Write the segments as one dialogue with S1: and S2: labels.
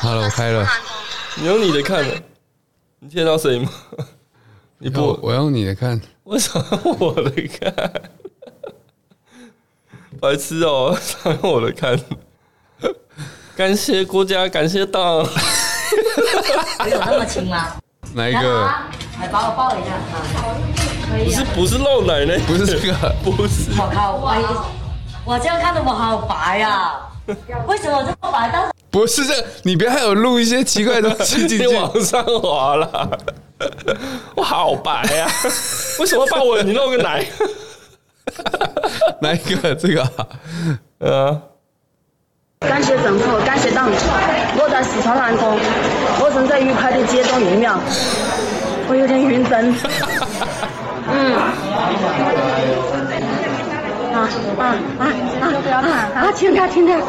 S1: 好了，我开了。
S2: 啊你用你的看的，你听得到声音 吗？你
S1: 我
S2: 不，
S1: 我用你的看，
S2: 为什么我的看？白痴哦、上用我的看。感谢国家，感谢党。
S3: 我有那么轻吗？
S1: 哪一
S3: 来
S1: 个？
S3: 啊，来把我抱一下啊！
S2: 不是不是露奶奶，
S1: 不是这个，
S2: 不是。
S3: 我靠，我我这样看的我好白呀、啊！为什么这么白？但是
S1: 不是这个，你别还有录一些奇怪的东西 进
S2: 你
S1: 去。
S2: 往上滑了，我好白啊！为什么把我你弄个 奶？
S1: 哪一个？这个啊、
S2: 呃，
S4: 感谢政府，感谢党。我在四川南充，我正在愉快地接种疫苗，我有点晕针。嗯。啊啊啊啊啊啊！停点，停点。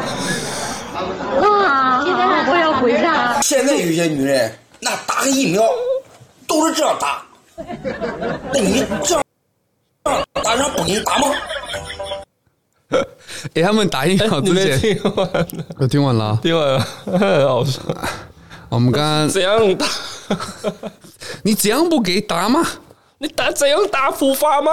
S4: 啊！我要回家。
S5: 现在有些女人那打个疫苗都是这样打，那你这样这样打人不给你打吗？
S1: 诶他们打疫 苗
S2: 你
S1: 之
S2: 没
S1: 前，
S2: 听完？
S1: 我听完了啊。
S2: 听完了， 很好笑。
S1: 我们刚 刚，
S2: 怎样打？
S1: 你怎样不给打吗？
S2: 你打怎样打复发吗？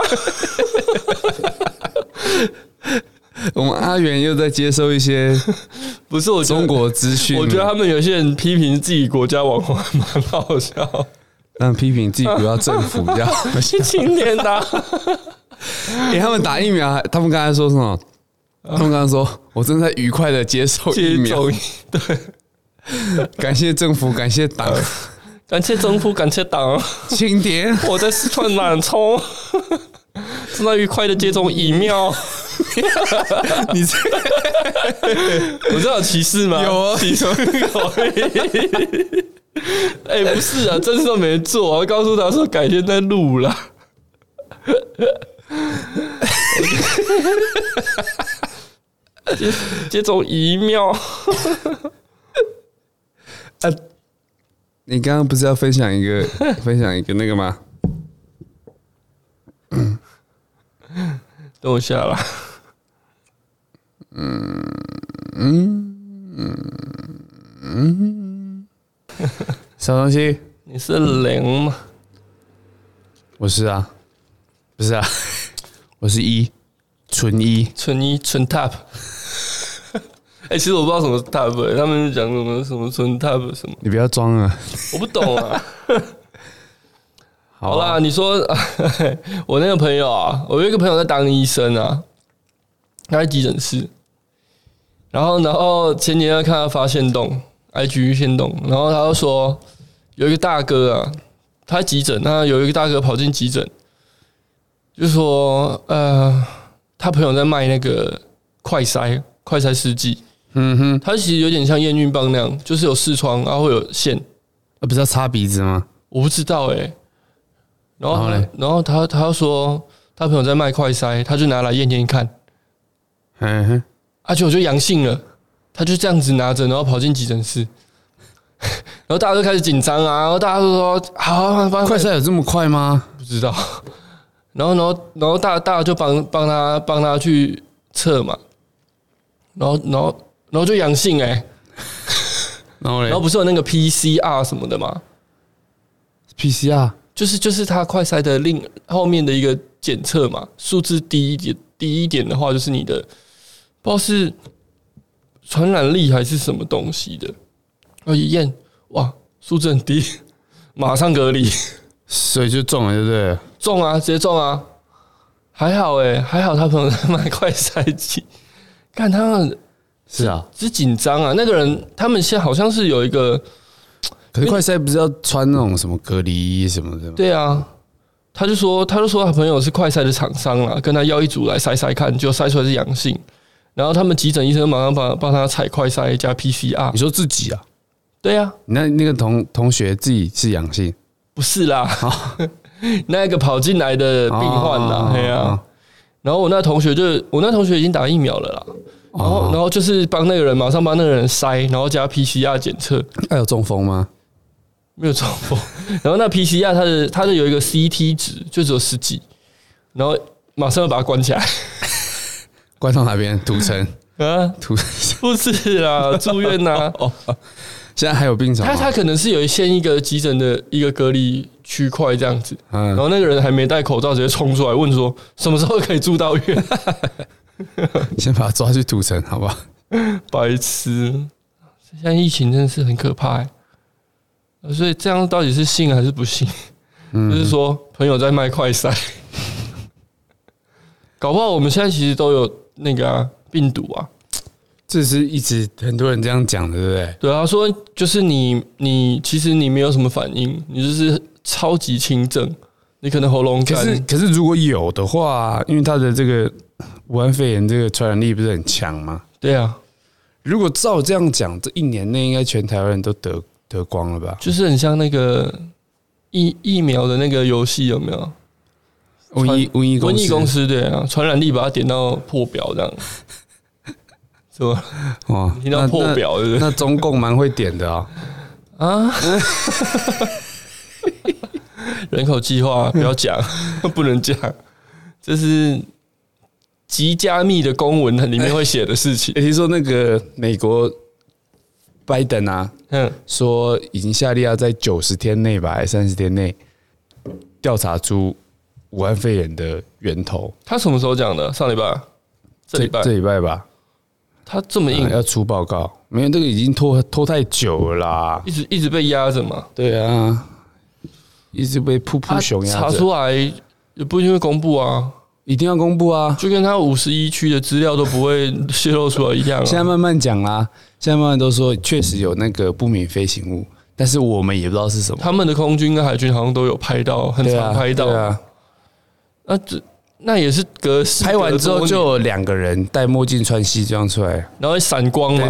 S1: 我们阿元又在接收一 些
S2: 不是，我觉得
S1: 中，国资讯啊了，
S2: 我觉得他们有些人批评自己国家网红还蛮好笑。
S1: 但批评自己不要政府这样。
S2: 是青年啊的，
S1: 诶他们打疫苗，他们刚才说什么？他们刚刚说，我正在愉快的接受疫
S2: 接
S1: 苗
S2: 种，对，
S1: 感谢政府，感谢 党，
S2: 感谢政府，感谢党。
S1: 请点。
S2: 我在四川南 充，正在愉快的接种疫苗。
S1: 你这
S2: 我知道有歧视吗？
S1: 有啊
S2: 歧视有。 哎、不是啊，真事都没做、啊，告诉他说改天再录啦。 接接种疫苗，
S1: 啊你刚刚不是要分享一 个分享一个那个吗？
S2: 等我下啦。
S1: 什么东西？
S2: 你是零吗？
S1: 我是啊，不是啊， 我是一纯一。
S2: 纯一纯 top。哎、其实我不知道什么是 top，、他们就讲什么什么纯 top 什么，
S1: 你不要装啊！
S2: 我不懂啊。
S1: 好啊
S2: 好啦，，你说 我那个朋友啊，我有一个朋友在当医生啊，他在急诊室，然后然后前几天看他发现动，IG 现动，然后他就说有一个大哥啊，他在急诊，那有一个大哥跑进急诊，就说呃，他朋友在卖那个快筛快筛试剂，
S1: 嗯哼，
S2: 它其实有点像验孕棒那样，就是有视窗，然后会有线，
S1: 啊不是要擦鼻子吗？
S2: 我不知道哎、然后
S1: 然后
S2: 他
S1: 嘞
S2: 然后他他又说他朋友在卖快筛，他就拿来验验看，
S1: 嗯哼，
S2: 而且我就阳性了，他就这样子拿着，然后跑进急诊室， 然后大家都开始紧张啊，然后大家都说好，啊帮
S1: 快塞有这么快吗？
S2: 不知道，然后然后然后大大家就帮帮他帮他去测嘛，然后然后然后就阳性哎、
S1: 然后嘞
S2: 然后不是有那个 PCR 什么的吗？
S1: PCR
S2: 就是就是它快筛的另后面的一个检测嘛，数字低一点，低一点的话就是你的不知道是传染力还是什么东西的，要一验哇，数字很低，马上隔离，
S1: 所以就中了，对不对了？
S2: 中啊，直接中啊，还好诶、还好他朋友在买快筛机，看他们
S1: 是啊，
S2: 只紧张啊，那个人他们现在好像是有一个
S1: 可是快塞不是要穿那种什么隔离衣什么的吗？
S2: 对啊，他就说，他就说他朋友是快筛的厂商啦，跟他要一组来筛筛看，就筛出来是阳性。然后他们急诊医生马上帮帮他采快筛加 PCR
S1: 你。说自己啊？
S2: 对啊，
S1: 你那那个同同学自己是阳性，
S2: 不是啦， 那个跑进来的病患啦，
S1: 哦
S2: 对啊
S1: 哦。
S2: 然后我那同学就，我那同学已经打疫苗了啦。然
S1: 哦
S2: 后，然后就是帮那个人马上帮那个人筛，然后加 PCR 检测，
S1: 那哎有中风吗？
S2: 没有中风。 然后那 PCR 它的它的有一个 CT 值就只有十几，然后马上要把它关起来。
S1: 关到哪边？土城
S2: 啊，
S1: 吐。
S2: 不是 啦，住院呐、
S1: 哦，现在还有病床
S2: 他
S1: 吗？
S2: 他可能是有一限一个急诊的一个隔离区块这样子，
S1: 嗯
S2: 然后那个人还没戴口罩，直接冲出来问说什么时候可以住到 院？
S1: 先把他抓去土城，好不好？
S2: 白痴！现在疫情真的是很可怕、欸，呃所以这样到底是信还是不信？
S1: 嗯
S2: 就是说朋友在卖快 筛，搞不好我们现在其实都有那个、啊、病毒啊。
S1: 这是一直很多人这样讲的，对不对？
S2: 对啊，说就是你你其实你没有什么反应，你就是超级轻症，你可能喉咙
S1: 可是
S2: 干，
S1: 可是如果有的话，因为他的这个武汉肺炎这个传染力不是很强吗？
S2: 对啊，
S1: 如果照这样讲，这一年内应该全台湾人都得得光了吧？
S2: 就是很像那个疫疫苗的那个游戏有没有？
S1: 瘟疫瘟疫
S2: 瘟疫公
S1: 司
S2: 司对啊，传染力把它点到破表 这样，是吧？
S1: 哦，
S2: 听到破表对不对
S1: 那那中共蛮会点的 啊、
S2: 啊，人口计划 不要讲，不能讲，这是极加密的公文里面会写的事情。
S1: 也就是说那个美国拜登啊，
S2: 嗯，
S1: 说已经下令要在九十天内吧，还三十天内调查出武汉肺炎的源头。
S2: 他什么时候讲的？上礼拜，这礼拜
S1: 这，礼拜吧，
S2: 他这么硬
S1: 嗯、，要出报告。没有，这个已经拖拖太久了啦。
S2: 一直一直被压着嘛。
S1: 对啊，一直被噗
S2: 他
S1: 噗熊压
S2: 啊查
S1: 着，
S2: 出来也不一定会公布啊，
S1: 一定要公布啊！
S2: 就跟他五十一区的资料都不会 泄露出来一样、
S1: 现在
S2: 啊。
S1: 慢慢讲啦，现在慢慢都说确实有那个不明飞行物，但是我们也不知道是什么。
S2: 他们的空军跟海军好像都有拍到，很
S1: 对
S2: 常
S1: 啊，
S2: 拍到。
S1: 对啊，
S2: 那这那也是隔时
S1: 拍完之
S2: 隔
S1: 后
S2: 多
S1: 就
S2: 年
S1: 有两个人戴墨镜穿西装出来，
S2: 然后会闪光嘛，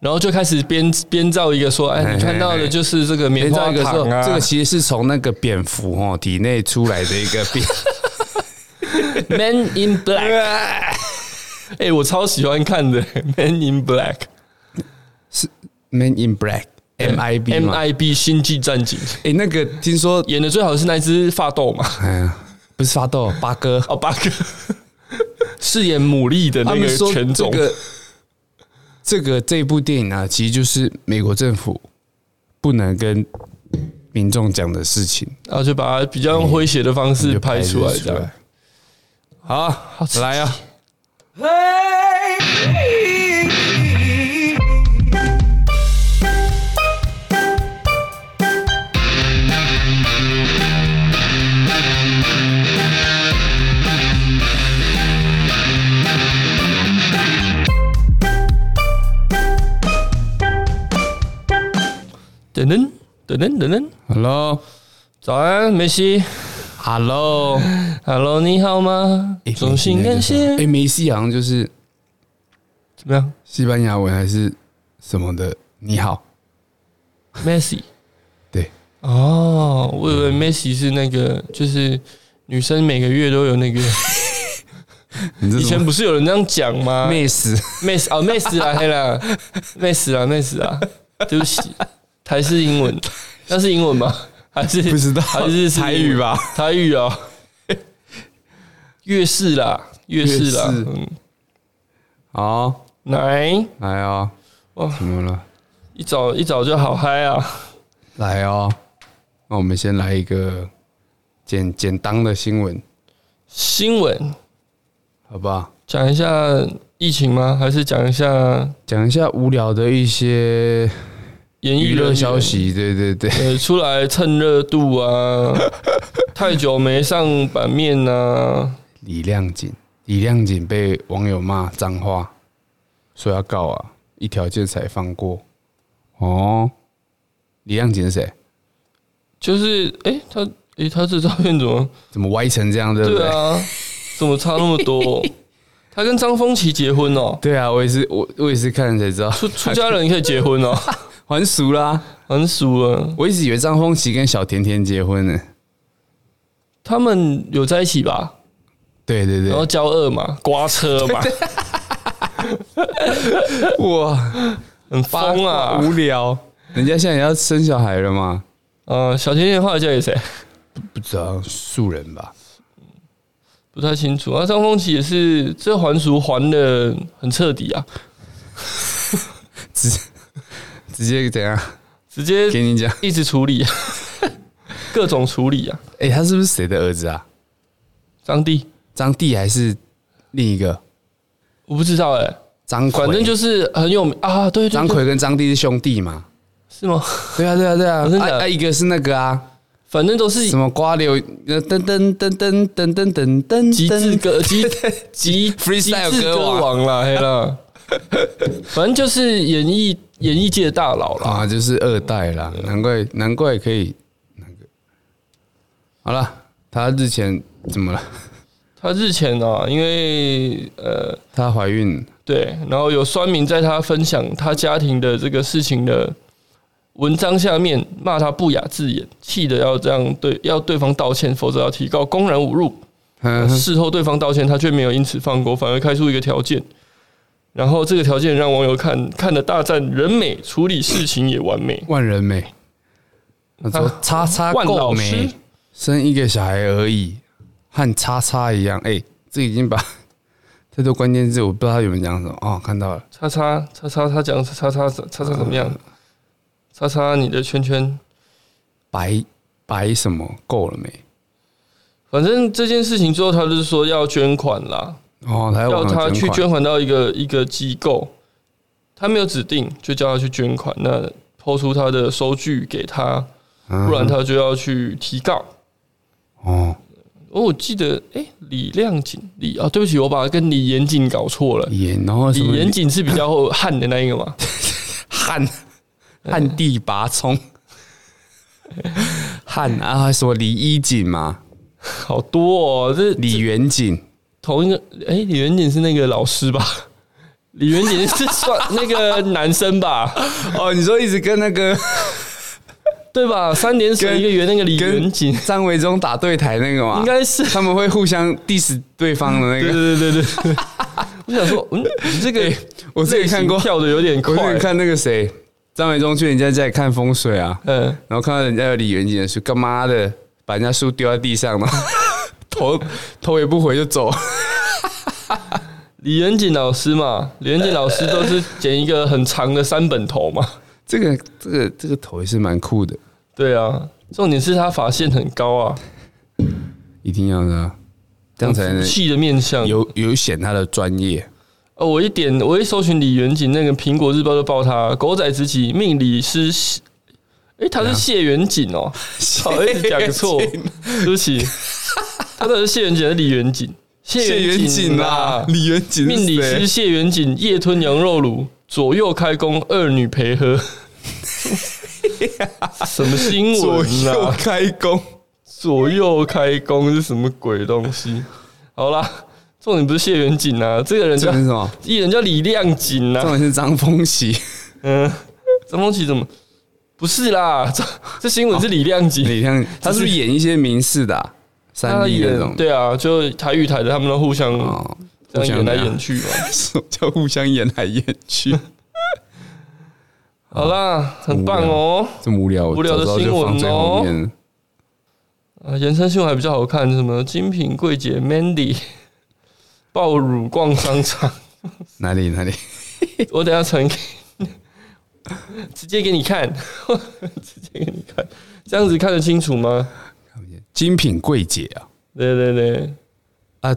S2: 然后就开始编编造一个说，哎，你看到的就是这个棉
S1: 连
S2: 花
S1: 到一个说
S2: 糖，啊，
S1: 哎这 个其实是从那个蝙蝠哦体内出来的一个 蝙。
S2: Man in Black，哎，我超喜欢看的 Man in Black
S1: Man in Black M I B 嘛，哎、
S2: MIB 星际战警
S1: 那个听说，
S2: 演的最好的是那只发豆嘛，
S1: 哎呀，不是发豆，八 哥，
S2: 哦，八哥饰演牡蛎的
S1: 他
S2: 那
S1: 们
S2: 个
S1: 说
S2: 犬
S1: 这
S2: 种，
S1: 个这个这部电影啊，其实就是美国政府不能跟民众讲的事情，
S2: 然后就把它比较用诙谐的方式
S1: 哎就
S2: 拍出来，
S1: 拍
S2: 这样。。
S1: 好，来啊！
S2: 等等等等等等，
S1: Hello，Hello，
S2: 早安，梅西，Hello，你好吗？衷心感谢
S1: 哎，，梅西好像就是
S2: 怎么样
S1: 西班牙文还是什么的，你好，
S2: ，Messi？
S1: 对，
S2: 哦，我以为
S1: 嗯
S2: Messi 是那个，就是女生每个月都有 那个。
S1: 你这
S2: 以前不是有人这样讲 吗
S1: 妹死，
S2: ？Mess 哦，Mess 啦，黑啦，Mess 啦，Mess 啦，对不起，台式英文，那是英文吗？还是
S1: 不知道
S2: 还是
S1: 台语吧？
S2: 台语 哦，粤式啦，粤式啦，
S1: 粤式
S2: 嗯，
S1: 好，
S2: 来，
S1: 来哦，
S2: 哦哇
S1: 怎么了？
S2: 一早一早就好嗨啊！
S1: 来哦，那我们先来一个简简单的新闻，
S2: 新闻
S1: 好不好？
S2: 讲一下疫情吗？还是讲一下
S1: 讲一下无聊的一些
S2: 演艺
S1: 娱
S2: 人
S1: 乐
S2: 员
S1: 消？息，对对对，
S2: 呃，出来蹭热度 啊！太久没上版面啊！
S1: 李亮锦，李亮锦被网友骂脏话，说要告啊，一条件才放过。哦，李亮锦是谁？
S2: 就是诶，他诶，他这照片怎么？
S1: 怎么歪成这样，对不对？
S2: 对啊，怎么差那么多？他跟张丰琪结婚哦，
S1: 对啊，我也是，我我也是看了才知道，
S2: 出出家人可以结 婚哦，
S1: 还俗啦。
S2: 很熟啊。
S1: 我一直以为张丰琪跟小甜甜结婚呢。
S2: 他们有在一起吧？
S1: 对对对
S2: 然，后交恶嘛，刮车 嘛，
S1: 哇，
S2: 很疯啊！
S1: 无聊。人家现在也要生小孩了嘛？
S2: 呃嗯，小甜甜后来嫁给谁？
S1: 不知道，素人吧？
S2: 不太清楚啊。张风起也是这还俗还的很彻底啊，
S1: 直直接怎样？
S2: 直接
S1: 给你讲，
S2: 一直处理、啊， 各种处理啊。
S1: 哎、他是不是谁的儿子啊？
S2: 张帝
S1: 张帝还是另一个
S2: 我不知道哎、
S1: 张奎？
S2: 反正就是很有名啊。对对对，
S1: 张奎跟张帝是兄弟嘛？
S2: 是吗？
S1: 对啊，对啊，对啊
S2: 真的假的
S1: 啊，啊一个是那个啊，
S2: 反正都是
S1: 什么瓜流呃噔噔噔噔噔噔噔噔，
S2: 极致歌 极极
S1: freestyle
S2: 极致
S1: 歌王
S2: 王啦，黑啦。反正就是演艺演艺界的大佬啦。
S1: 啊，就是二代啦，难怪难怪可以那个。好了，她日前怎么了？
S2: 她日前啊，因为呃
S1: 她怀孕
S2: 对，然后有酸民在她分享她家庭的这个事情的文章下面骂她不雅字眼，气得要这样对要对方道歉，否则要提告公然侮辱。
S1: 嗯
S2: 事后对方道歉，他却没有因此放过，反而开出一个条件。然后这个条件让网友看看的大赞，人美，处理事情也完美。
S1: 万人美，她说
S2: 啊
S1: 叉叉
S2: 万
S1: 够
S2: 老师
S1: 美，生一个小孩而已，和叉叉一样。哎、这已经把 太多关键字，我不知道他有没有讲什么哦，看到了，
S2: 叉叉叉叉，他讲叉叉叉叉
S1: 嗯
S2: 怎么样？叉叉你的圈圈，
S1: 白白什么够了没？
S2: 反正这件事情最后他就是说要捐款啦，
S1: 哦，他
S2: 要
S1: 网
S2: 他
S1: 友
S2: 去
S1: 款
S2: 捐款到一个一个机构，他没有指定，就叫他去捐款。那抛出他的收据给他，不然他就要去提告。
S1: 啊哦，
S2: 哦，我记得，哎、李亮锦，李啊，对不起，我把它跟李延锦搞错了。
S1: 眼，然后什
S2: 李
S1: 么
S2: 延锦是比较悍的那一个嘛？
S1: 旱旱地拔葱， 旱啊，什么李一景嘛，
S2: 好多哦，这
S1: 李元景，
S2: 同一个，哎、李元景是那个老师吧？李元景是算那个男生吧？
S1: 哦，你说一直跟那个
S2: 对吧？三点水一个圆那个李元
S1: 跟
S2: 景，
S1: 张维忠打对台那个嘛，
S2: 应该是
S1: 他们会互相 diss 对方的那
S2: 对
S1: 个。
S2: 对对对对。 我想说，嗯，你这个
S1: 我之前看过
S2: 类型，跳的有点
S1: 我之
S2: 快
S1: 前，看那个谁，张维忠去人家家里看风水啊，
S2: 嗯，
S1: 然后看到人家有李元景的书，干妈的把人家书丢在地上了， 头头也不回就走。
S2: 李元景老师嘛，李元景老师都是剪一个很长的三本头嘛。
S1: 这个这个这个头也是蛮酷的，
S2: 对啊，重点是他发线很高啊，
S1: 一定要的啊，这样才能
S2: 气的面相。
S1: 嗯有有显他的专业。
S2: 哦，我一点我一搜寻李元景，那个《苹果日报》就报他狗仔知己，命理师谢。诶，他是谢元景 哦，好，一直讲错，对不起，他到底是谢元景还是李元景？谢
S1: 谢元景啊
S2: 啊，，
S1: 李元景
S2: 命理
S1: 是
S2: 师
S1: 谁
S2: 谢元景夜吞羊肉炉，左右开弓，二女陪喝。 什么新
S1: 左
S2: 闻
S1: 右
S2: 啊？
S1: 开弓，
S2: 左右开弓是什么鬼东西？好啦，重点不是谢元景啊， 这个人
S1: 这
S2: 叫
S1: 是什么？
S2: 艺人叫李亮景
S1: 重
S2: 啊。
S1: 点是张丰喜，
S2: 嗯，张丰琪怎么不是啦？这这新闻是李亮景，
S1: 哦李亮 他是不是演一些民事的啊三
S2: 他
S1: D 那种
S2: 演？对啊，就台语台的他们都互相
S1: 哦，
S2: 这样演来
S1: 互相
S2: 演去嘛。
S1: 什么叫 互相演来演去，
S2: 好啦，很棒哦。
S1: 这么无聊，
S2: 无聊的
S1: 我早知道就放在后面了。
S2: 啊，延伸新闻还比较好看，什么精品柜姐 Mandy 爆乳逛商场，
S1: 哪里哪里？
S2: 我等一下传给你，直接给你看， 直接给你看，这样子看得清楚吗？
S1: 精品柜姐啊
S2: 对对对，
S1: 啊，
S2: 啊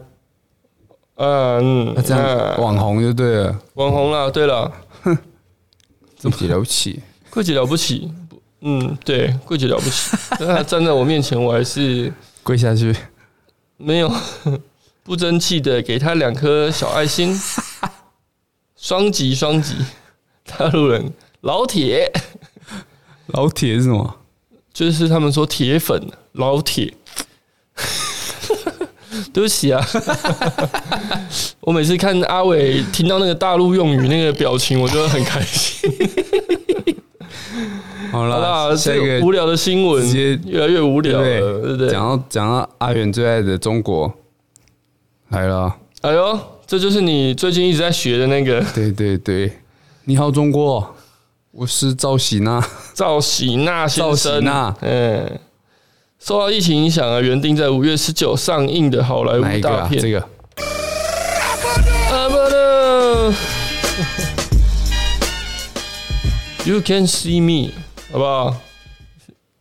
S2: 嗯，
S1: 那这样
S2: 啊
S1: 网红就对了，
S2: 网红啦。对了，
S1: 怎么了不起？
S2: 柜姐了不起，不嗯，对，柜姐了不起， 但她站在我面前，我还是
S1: 跪下去，
S2: 没有 不争气的，给他两颗小爱 心，双击双击，大陆人老铁，
S1: 老铁是什么？
S2: 就是他们说铁粉老铁， 对不起啊， 我每次看阿伟听到那个大陆用语那个表情，我就会很开心。
S1: 好
S2: 好啦，
S1: 啦，啊下
S2: 这
S1: 一
S2: 个
S1: 个
S2: 无聊的新闻
S1: 直接
S2: 越来越无
S1: 对
S2: 聊
S1: 不
S2: 了，
S1: 对？
S2: 对不对？
S1: 讲到讲到阿元最爱的中国，来了，
S2: 哎呦，这就是你最近一直在学的那个
S1: 对对对，你好中国，我是赵喜娜，
S2: 赵喜娜先
S1: 赵喜
S2: 生
S1: 娜
S2: 嗯，受到疫情影响啊，原定在五月十九上映的好莱坞
S1: 哪一个
S2: 大
S1: 啊？
S2: 片，
S1: 这个
S2: 啊不的，You can see me，好不好？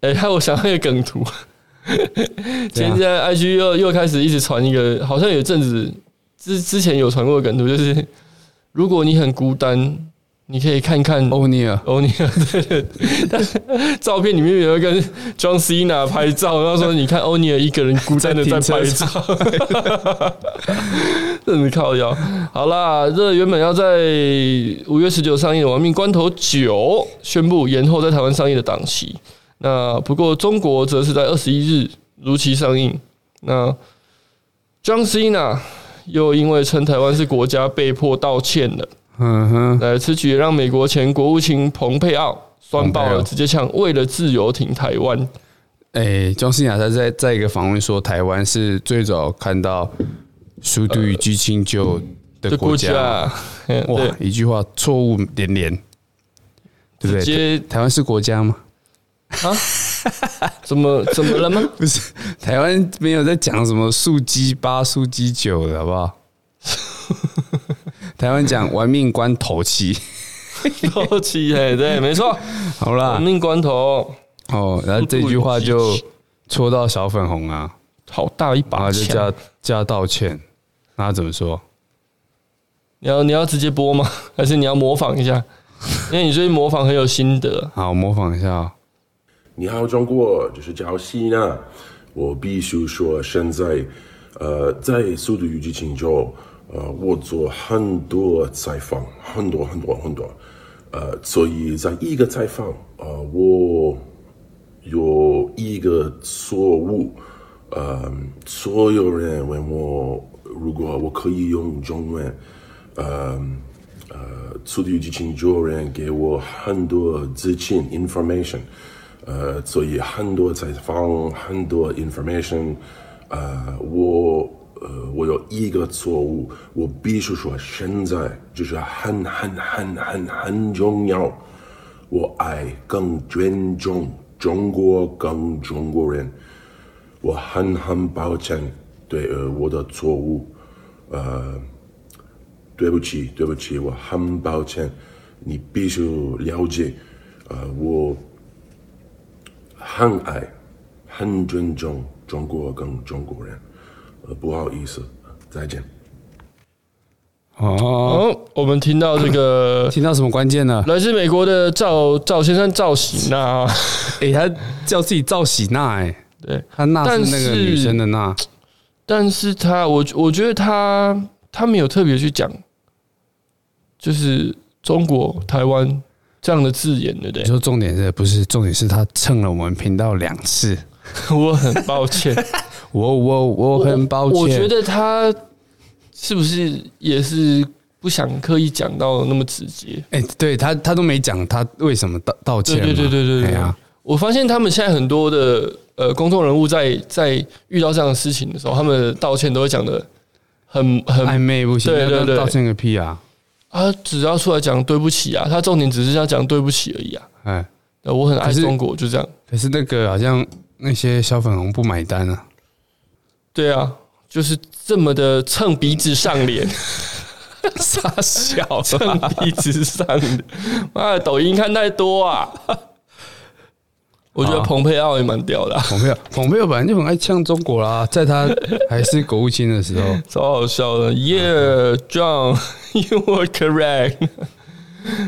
S2: 哎、害我想到一个梗图。
S1: 啊
S2: 现在 IG 又又开始一直传一个，好像有阵子之之前有传过的梗图，就是如果你很孤单，你可以看看
S1: 欧尼尔，
S2: 欧尼尔，对对对但 照片里面有一个跟 John Cena 拍照，然后说你看欧尼尔一个人孤单的在拍照， 真是靠腰。好啦，这原本要在五月十九上映的《亡命关头九》宣布延后在台湾上映的档期，那不过中国则是在二十一日如期上映。那 John Cena 又因为称台湾是国家，被迫道歉了。
S1: 嗯 哼，
S2: 呃，此举也让美国前国务卿蓬佩奥酸爆
S1: 蓬佩
S2: 了，
S1: 奥
S2: 直接呛为了自由挺台湾。
S1: 哎，庄思雅他在在一个访问说，台湾是最早看到速度与激情就的
S2: 这
S1: 国
S2: 国
S1: 家。
S2: 家，嗯
S1: 哇
S2: 对，，
S1: 一句话错误连连，对不
S2: 直
S1: 对？
S2: 接
S1: 台湾是国家吗？
S2: 啊，怎么怎么了 吗？
S1: 不是，台湾没有在讲什么素鸡八、素鸡九的好不 好？台湾讲玩命关头期，
S2: 偷气哎，对，没错，
S1: 好啦
S2: 亡，命关头，
S1: 哦，然后这句话就戳到小粉红啊，
S2: 好大一
S1: 然
S2: 把
S1: 后就
S2: 枪
S1: 加。加道歉，那他怎么说？
S2: 你要你要直接播吗？ 还是你要模仿一下？因为你最近模仿很有心得，
S1: 好，我模仿一下、哦，
S6: 你好，中国，这是赵西呢。我必须说，现在，呃，在《速度与激情》中，呃，我做很多采访，很多很多很多，呃，所以在一个采访，呃，我有一个错误，呃，所有人问我，如果我可以用中文，呃。呃，速度与激情中人给我很多资讯 information，呃，所以很多采访，很多 information，呃，我呃，我有一个错误，我必须说，现在就是很很很很很重要，我爱更尊重中国跟中国人，我很很抱歉，对呃我的错误，呃。对不起，对不起，我很抱歉，你必须了解，呃，我很爱、很尊重中国跟中国人，呃，不好意思，再见。
S1: 哦，
S2: 哦，我们听到这个
S1: 听到什么关键呢？
S2: 来自美国的赵赵先生赵喜娜，啊
S1: 诶、他叫自己赵喜娜、诶，
S2: 对，
S1: 他娜
S2: 但
S1: 是那个
S2: 是
S1: 女生的娜，
S2: 但是他，我我觉得他他没有特别去讲，就是中国台湾这样的字眼，对不
S1: 你说重点是不是？重点是他蹭了我们频道两次，
S2: 对？ 我很抱歉，
S1: 我我我很 抱歉，
S2: 我觉得他是不是也是不想刻意讲到那么直接？
S1: 哎、对他他都没讲他为什么道道歉
S2: 对
S1: 嘛，
S2: 对对对对对
S1: 哎呀、
S2: 我发现他们现在很多的呃公众人物在在遇到这样的事情的时候，他们的道歉都会讲的很很
S1: 暧昧不行，
S2: 对对
S1: 那
S2: 对
S1: 道歉个屁啊！
S2: 啊，只要出来讲对不起啊，他重点只是要讲对不起而已啊。
S1: 哎，
S2: 呃我很爱
S1: 可是
S2: 中国，就这样。
S1: 可是那个好像那些小粉红不买单啊，
S2: 对啊，就是这么的蹭鼻子上脸， 傻小啊蹭鼻子上脸，妈的，抖音看太多啊！我觉得
S1: 好
S2: 蓬佩奥也蛮屌的啊、
S1: 蓬佩奥，蓬佩奥本来就很爱呛中国啦，在他还是国务卿的时候，
S2: 超好笑的。Yeah, John, you were correct。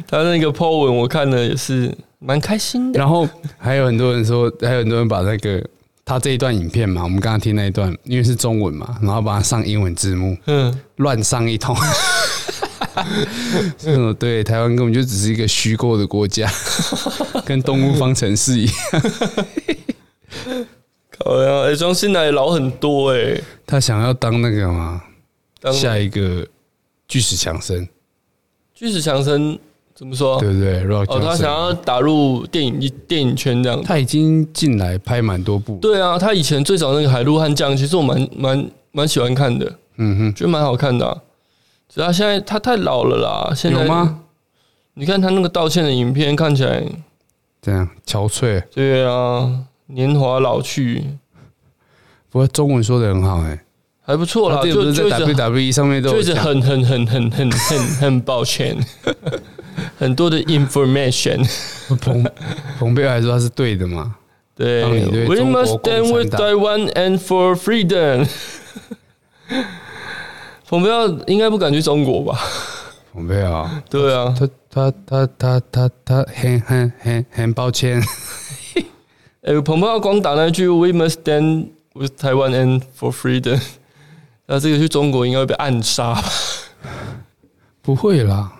S2: 他那个 po 文我看了也是蛮开心 的。
S1: 然后还有很多人说，还有很多人把那个他这一段影片嘛，我们刚刚听那一段，因为是中文嘛，然后把它上英文字幕，
S2: 嗯，
S1: 乱上一通。嗯，对，台湾根本就只是一个虚构的 国家，跟动物方程式一样。
S2: 好呀，哎，庄心来老很多哎、
S1: 他想要当那个嘛，
S2: 当
S1: 下一个巨石强森，
S2: 巨石强森怎么说？
S1: 对不对？Rock
S2: 哦，他
S1: Johnson
S2: 想要打入电影电影圈这样。
S1: 他已经进来拍蛮多部，
S2: 对啊，他以前最早那个《海陆悍将》，其实我蛮蛮蛮喜欢看的，
S1: 嗯
S2: 觉得蛮好看的、啊。只是他现在他太老了啦，
S1: 哼，
S2: 现在
S1: 有？吗？
S2: 你看他那个道歉的影片，看起来
S1: 这样憔悴，
S2: 对啊，年华老去，
S1: 不过中文说的很好哎、
S2: 还不错啦，
S1: 他之前
S2: 就就
S1: 不
S2: 是一直
S1: 在 WWE 上面都
S2: 就
S1: 有
S2: 一直
S1: 讲
S2: 很很很很很很很抱歉，很多的 information。
S1: 蓬蓬佩奥还说他是对的嘛？
S2: 对
S1: 当你对
S2: ，We
S1: 中国
S2: must
S1: 共产
S2: stand with
S1: 党
S2: Taiwan and for freedom。蓬佩奥应该不敢去中国吧？
S1: 蓬佩奥，
S2: 对啊，
S1: 他他他他他他很很很很抱歉，
S2: 哎、蓬佩奥光打那句 “We must stand with Taiwan and for freedom”，那这个去中国应该会被暗杀吧？
S1: 不会啦，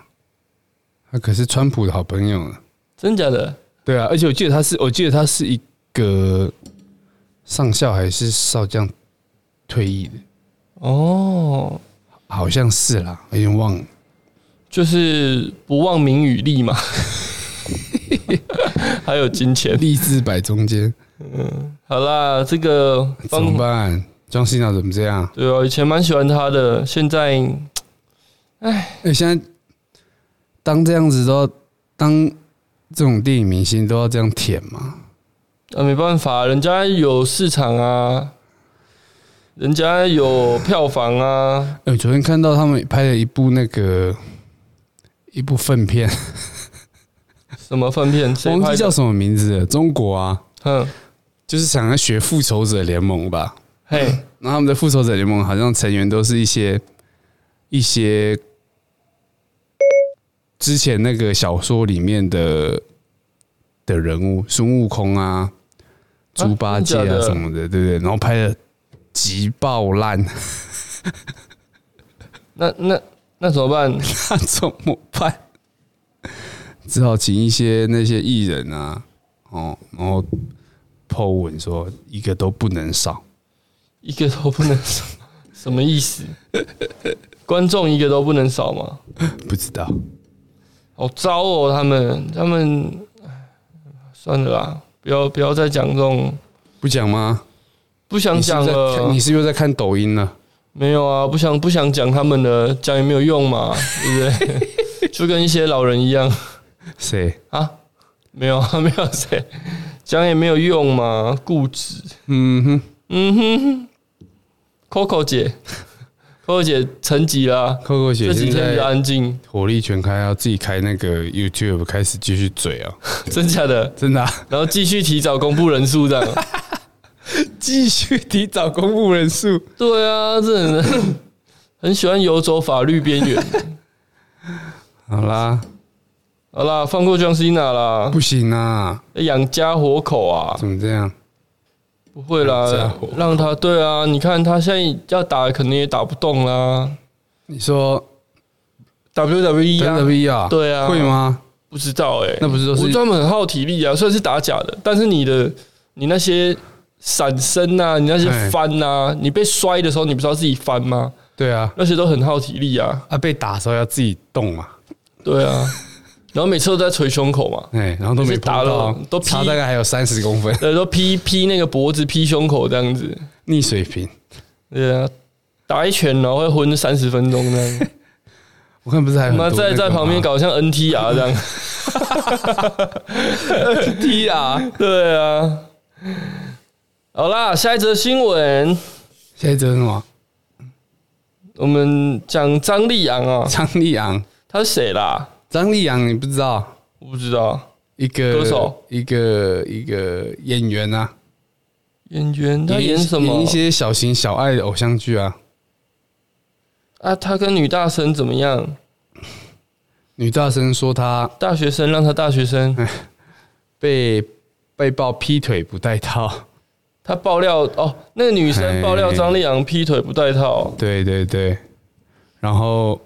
S1: 他可是川普的好朋友呢。
S2: 真假的？
S1: 对啊，而且我记得他是，我记得他是一个上校还是少将退役的，
S2: 哦，
S1: 好像是啦，有点忘了。
S2: 就是不忘名与利嘛， 还有金钱。
S1: 利字摆中间
S2: 好啦，这个
S1: 怎
S2: 帮
S1: 么办？庄信长怎么这样？
S2: 对哦，以前蛮喜欢他的，现在
S1: 哎、现在当这样子都要当这种电影明星都要这样舔吗？
S2: 啊没办法，人家有市场啊，人家有票房啊，
S1: 哎、我昨天看到他们拍了一部那个一部粪片，
S2: 什么粪片谁
S1: 忘
S2: 拍
S1: 记叫
S2: 的？
S1: 什么名字了，中国啊，
S2: 嗯，
S1: 就是想要学复仇者联盟吧。
S2: 嘿，
S1: 然后他们的复仇者联盟好像成员都是一些一些之前那个小说里面的的人物，孙悟空啊、猪八戒
S2: 真的假
S1: 啊
S2: 的
S1: 什么的，对不对？然后拍的极爆烂，
S2: 那那那怎么办？
S1: 那怎么办？只好请一些那些艺人啊，哦，然后 Po 文说一个都不能少，
S2: 一个都不能少，什么意思？观众一个都不能少吗？
S1: 不知道。
S2: 好糟哦，他们他们，唉算了啦，不要不要再讲这种，
S1: 不讲吗？
S2: 不想
S1: 你是
S2: 讲
S1: 不是在看
S2: 了
S1: 你。是又在看抖音了？
S2: 没有啊，不想不想讲他们的，讲也没有用嘛，对不对？ 就跟一些老人一样
S1: 谁？
S2: 啊，没有啊，没 有谁讲也没有用嘛，固执。
S1: 嗯哼
S2: 嗯哼，Coco 姐，Coco 姐成级啦，
S1: ，Coco 姐
S2: 这几
S1: 现
S2: 天啊比较
S1: 在
S2: 安静，
S1: 火力全开，要自己开那个 YouTube 开始继续嘴啊！
S2: 真假的？
S1: 真的啊、
S2: 然后继续提早公布人数这样。
S1: 继续提早公布人数。
S2: 对啊，这很 很喜欢游走法律边缘。
S1: 好啦，
S2: 好啦，放过 John Cena 啦，哎
S1: 不行啊，
S2: 养家活口啊。
S1: 怎么这样？
S2: 不会
S1: 家
S2: 啦
S1: 伙，
S2: 让他对啊，你看他现在要打，肯定也打不动啦。
S1: 你说
S2: WWE 啊，
S1: WWE 啊？
S2: 对啊
S1: 会吗？
S2: 不知道哎、
S1: 那不是都
S2: 我
S1: 是
S2: 专门很耗体力啊，虽然是打假的，但是你的你那些闪身啊，你那些
S1: 哎
S2: 翻啊，你被摔的时候，你不是要自己翻吗？
S1: 对啊，
S2: 那些都很耗体力啊，
S1: 啊被打的时候要自己动嘛，
S2: 对 啊，然后每次都在捶胸口嘛，
S1: 哎，然后都没碰
S2: 就是打
S1: 到
S2: 了，都劈
S1: 差大概还有三十公分，
S2: 对，都劈劈那个脖子，劈胸口这样子，
S1: 逆水平。
S2: 对啊，打一拳然后会昏三十分钟这样。
S1: 我看不是还有
S2: 他
S1: 很多
S2: 妈在
S1: 那个
S2: 在旁边
S1: 吗
S2: 搞像 NTR 这样，NTR 对啊。好啦，下一则新闻，
S1: 现在这是什么？
S2: 我们讲张立阳啊，
S1: 张立昂，
S2: 他是谁啦？
S1: 张立昂，你不知道
S2: 我不知道，
S1: 一个
S2: 歌手，
S1: 一个一个演员啊，
S2: 演员他演什么
S1: 演一些小型小爱的偶像剧啊，
S2: 啊？他跟女大生怎么样？
S1: 女大生说她
S2: 大学生让他大学生，
S1: 被被曝劈腿不带套，
S2: 他爆料哦，那个女生爆料
S1: 哎
S2: 张立阳劈腿不带套，
S1: 对对对，然后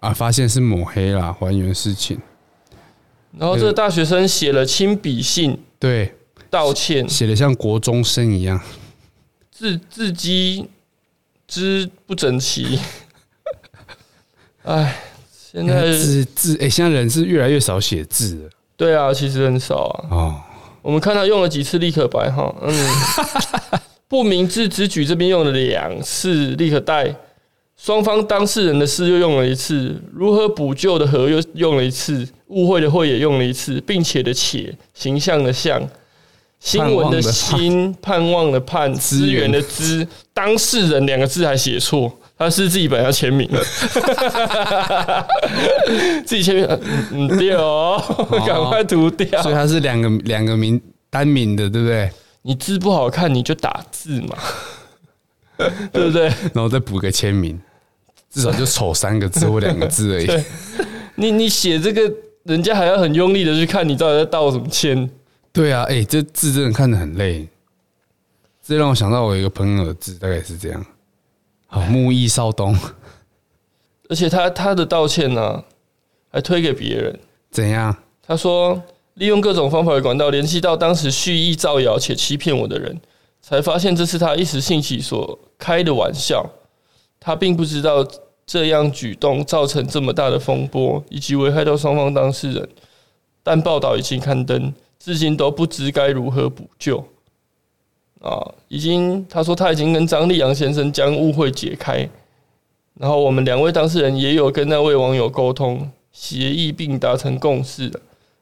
S1: 啊发现是抹黑啦，还原事情，
S2: 然后这个大学生写了亲笔信
S1: 对，
S2: 道歉，
S1: 写的像国中生一样，
S2: 字字迹之不整齐。哎，现 在
S1: 字字哎、现在人是越来越少写字了
S2: 对啊，其实很少啊。
S1: 哦，
S2: 我们看他用了几次立可白哈， 嗯，不明智之举这边用了两次立可带，双方当事人的事又用了一次，如何补救的和又用了一次，误会的会也用了一次，并且的且形象的象，新闻的新，盼望的盼，资源的资，当事人两个字还写错，他是自己本来要签名 的，自己签名，嗯，嗯对 哦，赶快涂掉。
S1: 所以它是两个两个名单名的，对不对？
S2: 你字不好看，你就打字嘛， 对不对？
S1: 然后再补个签名，至少就丑三个字或两个字而已。
S2: 对你你写这个，人家还要很用力的去看你到底在道什么歉。
S1: 对啊，哎、这字真的看得很累。这让我想到我有一个朋友的字大概是这样，好木易少东，
S2: 而且他他的道歉呢、还推给别人。
S1: 怎样？
S2: 他说，利用各种方法与管道联系到当时蓄意造谣且欺骗我的人，才发现这是他一时兴起所开的玩笑。他并不知道这样举动造成这么大的风波，以及危害到双方当事人。但报道已经刊登，至今都不知该如何补救。啊，已经他说他已经跟张立阳先生将误会解开，然后我们两位当事人也有跟那位网友沟通，协议并达成共识了，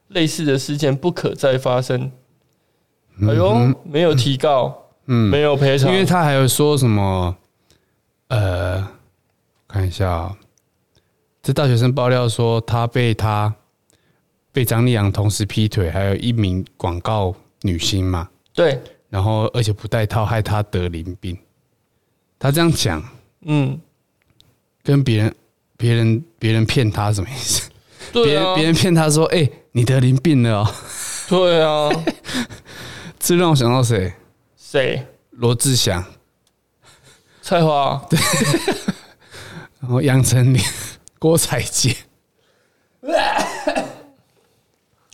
S2: 类似的事件不可再发生。哎呦，没有提告，
S1: 嗯，
S2: 没有赔偿，
S1: 因为他还有说什么，呃，看一下、啊，这大学生爆料说他被他被张丽阳同时劈腿，还有一名广告女星嘛，
S2: 对，
S1: 然后而且不戴套，害他得淋病。他这样讲，
S2: 嗯，
S1: 跟别人别人别人骗他什么意思？别
S2: 对
S1: 人
S2: 啊
S1: 别，人骗他说，哎、你得淋病了、哦，
S2: 对啊，
S1: 这让我想到谁？
S2: 谁？
S1: 罗志祥，
S2: 菜花，
S1: 然后杨丞琳、 郭 采洁。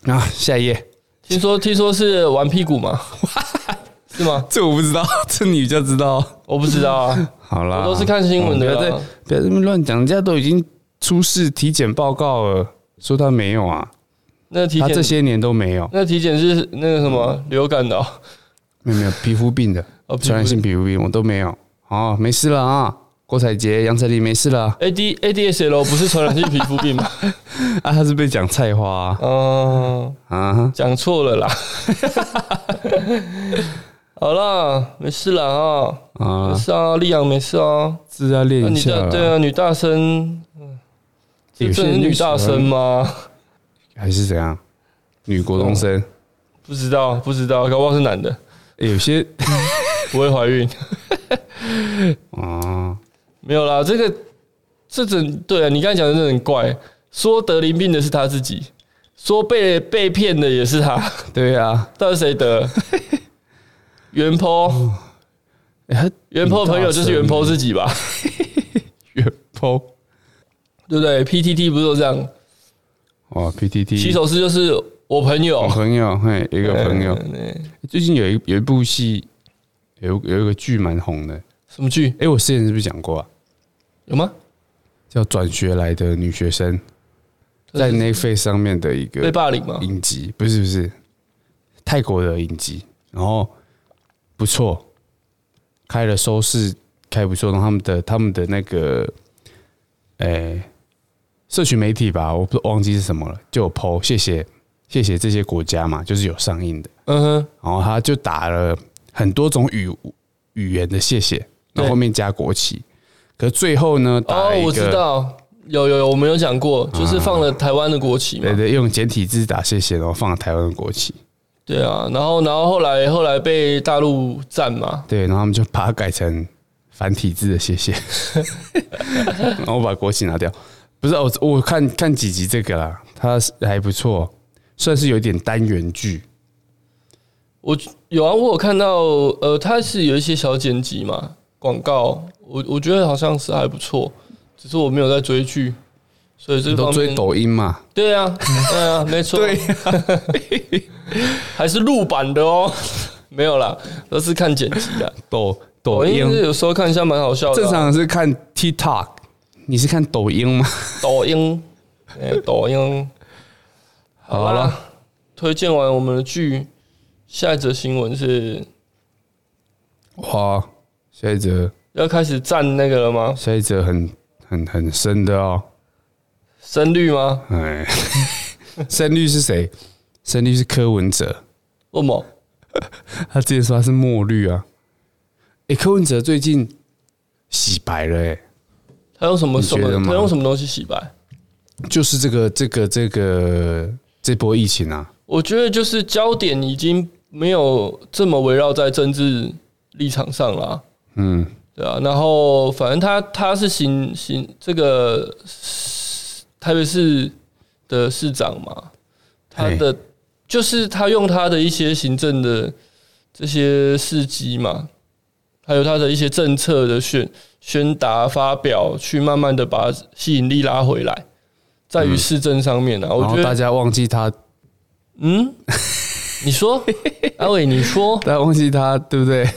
S1: 啊，下一页，
S2: 听说听说是玩屁股吗？是吗？
S1: 这我不知道， 这你比较知道。哦
S2: 我不知道啊，
S1: 好啦，
S2: 我都是看新闻的
S1: 哦不要
S2: 啦
S1: 再不要这么乱讲，人家都已经出示体检报告了，说他没有啊，
S2: 那体
S1: 他
S2: 检
S1: 这些年都没有，
S2: 那体检是那个什么流感的哦、
S1: 没有没有皮肤病的
S2: 哦皮肤病
S1: 传染性皮肤病我都没有。哦，没事了啊，郭采洁、杨丞琳没事了 啊
S2: A D A D S L 不是传染性皮肤病 吗？
S1: 啊，他是被讲菜花啊
S2: 嗯，
S1: 啊，
S2: 讲错了 啦。好啦，没事啦啊，
S1: 啊
S2: 没事啊，丽阳没事啊。
S1: 字要练
S2: 那
S1: 一
S2: 女
S1: 下
S2: 大
S1: 啦。
S2: 对啊，女大生，
S1: 有
S2: 这
S1: 些
S2: 真的是
S1: 人就
S2: 女大
S1: 喜欢
S2: 生吗？
S1: 还是怎样？女国中生，
S2: 不知道，不知道，搞不好是男的，
S1: 欸哦有些
S2: 不会怀孕。
S1: 哦，
S2: 没有啦，这个这整对啊，你刚才讲的真的很怪。说得淋病的是他自己，说被被骗的也是他，
S1: 对啊，
S2: 到底谁 得？袁坡。
S1: 哦欸、
S2: 原 po 朋友就是原 po 自己吧，
S1: 原 po
S2: 对不对？PTT 不是都这样？
S1: 嗯哇，PTT
S2: 起手式就是我朋友
S1: 我，哦朋友，嘿，有一个朋友，
S2: 嗯嗯嗯
S1: 最近有一有一部戏，有有一个剧蛮红的，
S2: 什么剧
S1: 哎、我之前是不是讲过啊？
S2: 有吗？
S1: 叫《转学来的女学生》在 Netflix 上面的一
S2: 被
S1: 个
S2: 霸凌吗？
S1: 影集，不是不是泰国的影集，然后不错，开了收视开不错，然后他们的他们的那个，诶、社群媒体吧，我不忘记是什么了，就有 PO，谢谢谢谢这些国家嘛，就是有上映的，
S2: 嗯哼，
S1: 然后他就打了很多种语语言的谢谢，然后后面加国旗，可最后呢，打
S2: 哦
S1: 了，一
S2: 我知
S1: 个。啊
S2: 道，有有有，我们有讲过，就是放了台湾的国旗
S1: 对
S2: 嘛，
S1: 对，用简体字打谢谢，然后放了台湾的国旗。
S2: 对啊，然后然后后来后来被大陆占嘛，
S1: 对，然后他们就把它改成繁体字的 谢谢，然后把国旗拿掉。不是我我看看几集这个啦，它是还不错，算是有点单元剧。
S2: 我有啊，我有看到，呃，它是有一些小剪辑嘛，广告，我我觉得好像是还不错，只是我没有在追剧，所以这
S1: 你都
S2: 方
S1: 追
S2: 面
S1: 抖音嘛？
S2: 对啊，对啊，没错，对、还是录版的哦，没有啦，都是看剪辑的。
S1: 抖
S2: 抖
S1: 抖
S2: 音是
S1: 音，
S2: 有时候看一下蛮好笑的啊、
S1: 正常是看 TikTok，你是看抖音吗？
S2: 抖音，哎、抖音，好
S1: 好
S2: 啦
S1: 了，，
S2: 推荐完我们的剧，下一则新闻是
S1: 哇，下一则
S2: 要开始站那个了吗？
S1: 下一则很很很深的哦。
S2: 深绿吗？
S1: 哎，深绿是谁？深绿是柯文哲。
S2: 为什么？
S1: 他之前说他是墨绿啊。哎、柯文哲最近洗白了、欸，
S2: 他用什么什
S1: 你觉得
S2: 么？
S1: 吗
S2: 他用什么东西洗白？
S1: 就是这个这个这个这波疫情啊，
S2: 我觉得就是焦点已经没有这么围绕在政治立场上了啊，
S1: 嗯，
S2: 对啊。然后反正他他是行行这个台北市的市长嘛，他的就是他用他的一些行政的这些事迹嘛，还有他的一些政策的宣宣达发表，去慢慢的把吸引力拉回来，在于市政上面啊，我
S1: 嗯然
S2: 觉
S1: 后
S2: 得
S1: 大家忘记他，
S2: 嗯，你说，阿伟，你说，
S1: 大家忘记他，对不对？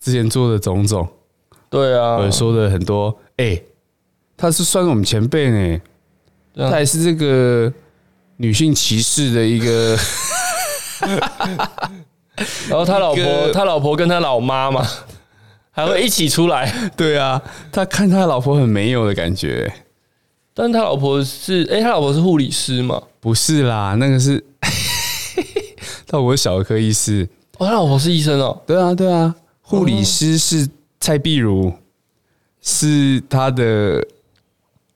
S1: 之前做的种种，
S2: 对啊，
S1: 或者说的很多，哎、他是算我们前辈呢，
S2: 对啊
S1: 他也是这个女性歧视的一 个，
S2: 然后他老
S1: 一个
S2: 婆，他老婆跟他老妈嘛，还会一起出来，
S1: 对啊，他看他老婆很没有的感觉、
S2: 但他老婆是，哎、他老婆是护理师嘛，
S1: 不是啦，那个是， 他我是小儿科医师，
S2: 哦，他老婆是医生哦，
S1: 对啊，对啊，护理师是蔡碧如，是他的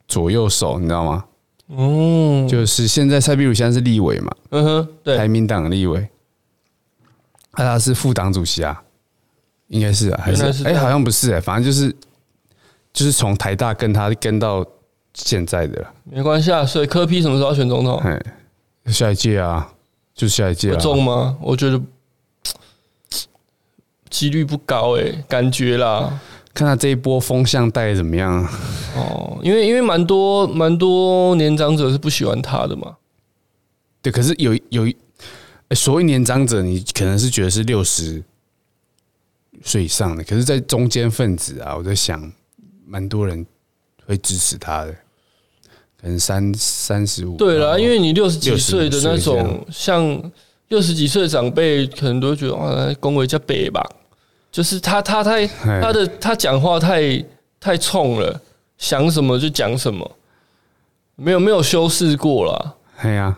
S1: 左右手，你知道吗？
S2: 嗯，
S1: 就是现在蔡碧如现在是立委嘛，
S2: 嗯哼，
S1: 台
S2: 对，
S1: 民党的立委，啊，他是副党主席啊，应该是啊，还
S2: 原来
S1: 是
S2: 是这
S1: 哎、
S2: 样
S1: 好像不是哎、反正就是就是从台大跟他跟到现在的了，
S2: 没关系啊，所以柯批什么时候要选总统？
S1: 哎，下一届啊，就下一届
S2: 会
S1: 啊，
S2: 中吗？我觉得几率不高、哎，感觉啦，
S1: 看他这一波风向带得怎么样啊。
S2: 哦，因为因为蛮多蛮多年长者是不喜欢他的嘛，
S1: 对，可是有有一，呃所谓年长者，你可能是觉得是六十岁以上的，可是，在中间分子啊，我在想，蛮多人会支持他的，可能三三十五。
S2: 对
S1: 然后
S2: 啦，因为你六十几
S1: 65
S2: 岁的那
S1: 岁这
S2: 种
S1: 样，
S2: 像六十几岁的长辈，可能都会觉得哇，恭维叫北吧，就是他他太
S1: 哎
S2: 他的他讲话太太冲了，想什么就讲什么，没有没有修饰过啦。
S1: 哎呀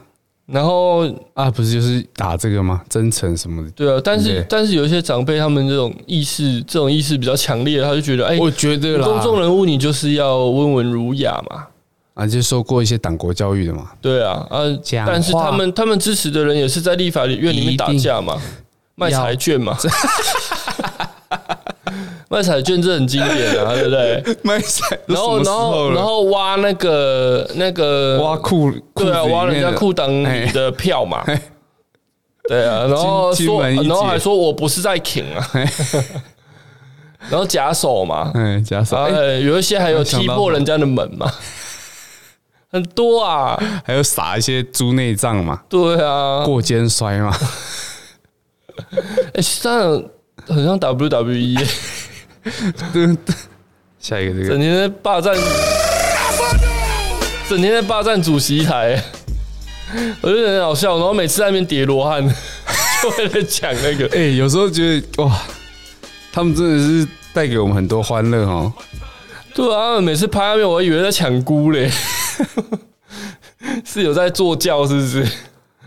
S2: 然后
S1: 啊，不是就是打这个吗？真诚什么的，
S2: 对啊，但是
S1: 对
S2: 但是有一些长辈他们这种意识这种意识比较强烈，他就觉得哎，
S1: 我觉得啦，
S2: 公众人物你就是要温文儒雅嘛，
S1: 啊，就受过一些党国教育的嘛，
S2: 对啊，啊，
S1: 讲
S2: 但是他
S1: 话
S2: 们他们支持的人也是在立法院里面打架嘛，卖彩券嘛， 卖彩券这很经典啊，对不 对？
S1: 卖菜，
S2: 然后然后然后挖那个那个
S1: 挖裤，
S2: 对啊，
S1: 裤子里
S2: 挖人
S1: 面
S2: 家
S1: 的哎
S2: 裤裆里的票嘛。对啊，然后
S1: 金
S2: 说，
S1: 金门一姐
S2: 然后还说我不是在挺 啊，然后假手嘛，
S1: 哎，加上哎，
S2: 哎，有一些还有
S1: 我想
S2: 踢
S1: 到
S2: 破
S1: 了
S2: 人家的门 嘛，很多啊，
S1: 哎还有撒一些猪内脏嘛，
S2: 对啊，
S1: 过肩摔嘛。
S2: 哎、像很像 WWE，欸
S1: 下一个这
S2: 整
S1: 个
S2: 天在霸占，整天在霸占主席台，欸我觉得很好笑。然后每次在那边叠罗汉， 就为了讲那个。
S1: 哎、有时候觉得哇，他们真的是带给我们很多欢乐哦。
S2: 对啊，每次拍那边，我还以为在抢菇嘞， 是有在坐轿是不是？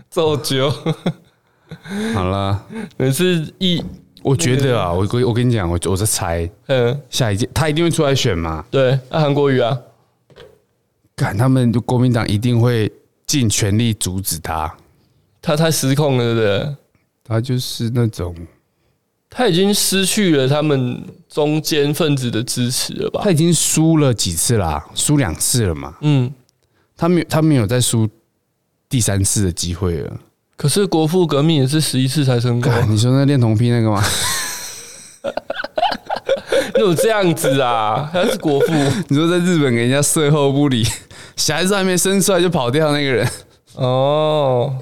S2: 做酒，
S1: 好啦，
S2: 每次一
S1: 我觉得啊，我我我跟你讲，我我在猜
S2: 嗯，
S1: 下一届他一定会出来选嘛。
S2: 对，那、韩国语啊，
S1: 看他们国民党一定会尽全力阻止他，
S2: 他太失控了，对不对？
S1: 他就是那种
S2: 他已经失去了他们中间分子的支持了吧
S1: 他？已经输了几次啦，输两次了嘛，
S2: 嗯，
S1: 他没有他没有再输第三次的机会了。
S2: 可是国父革命也是十一次才成功，
S1: 干你说那恋童癖那个吗？
S2: 那种这样子啊？他是国 父，
S1: 你说在日本给人家售后不理，小孩子还没生出来就跑掉那个人。
S2: 哦，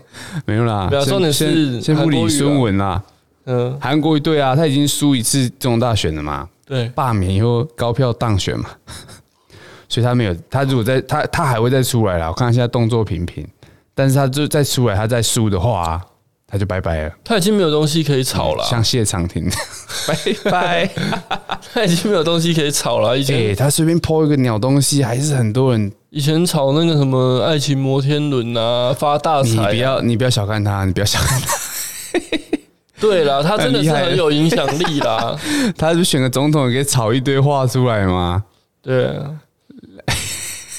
S1: 没有啦，
S2: 对啊
S1: 先
S2: 重点
S1: 先
S2: 是
S1: 先不
S2: 韩国
S1: 理
S2: 瑜
S1: 孙
S2: 啦
S1: 文啦，
S2: 嗯，
S1: 韩国一队啊，他已经输一次中大选了嘛，
S2: 对，
S1: 罢免以后高票当选嘛， 所以他没有，他如果在他他还会再出来啦，我看现在动作频频，但是他就再出来，他再输的话、啊，他就拜拜了，
S2: 他已经没有东西可以吵了，啊
S1: 像谢长 廷，拜拜。
S2: 他已经没有东西可以吵了。以前、
S1: 哎，他随便抛一个鸟东西，还是很多人，
S2: 以前吵那个什么爱情摩天轮啊，发大
S1: 你
S2: 财、
S1: 不要你不要小看他，你不要小看他，
S2: 对啦，他真的是
S1: 很厉害
S2: 很有影响力啦。
S1: 他就选个总统，给炒一堆话出来嘛。
S2: 对，啊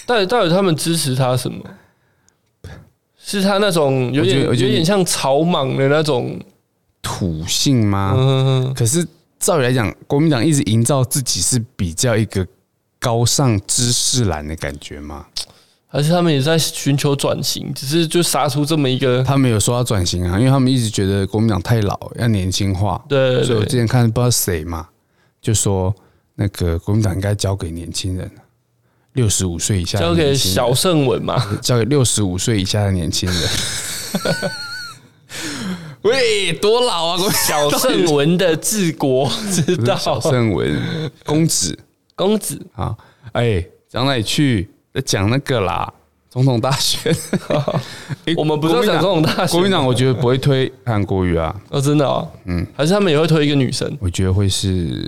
S2: 到底到底他们支持他什么？是他那种有点
S1: 我觉得我
S2: 有
S1: 觉得
S2: 点像草莽的那种，
S1: 土性吗？
S2: 嗯，
S1: 可是照理来讲，国民党一直营造自己是比较一个高尚知识蓝的感觉嘛。
S2: 还是他们也在寻求转型，只是就杀出这么一个，
S1: 他们有说要转型啊，因为他们一直觉得国民党太老，要年轻化。
S2: 对对
S1: 所以我之
S2: 对，
S1: 前看不知道谁嘛，就说那个国民党应该交给年轻人，六十五岁以下的
S2: 交给
S1: 年轻人呃
S2: 小圣文 嘛，
S1: 交给六十五岁以下的年轻 人。喂，多老啊！国
S2: 小圣文的治国之
S1: 不是小
S2: 道，啊
S1: 圣文公子
S2: 公子
S1: 啊，哎，讲哪里去？在讲那个啦，总统大 选。哎
S2: 我们不是要讲总统大选
S1: 国民党我觉得不会推韩国瑜啊，
S2: 哦，真的哦，嗯，还是他们也会推一个女生，
S1: 我觉得会是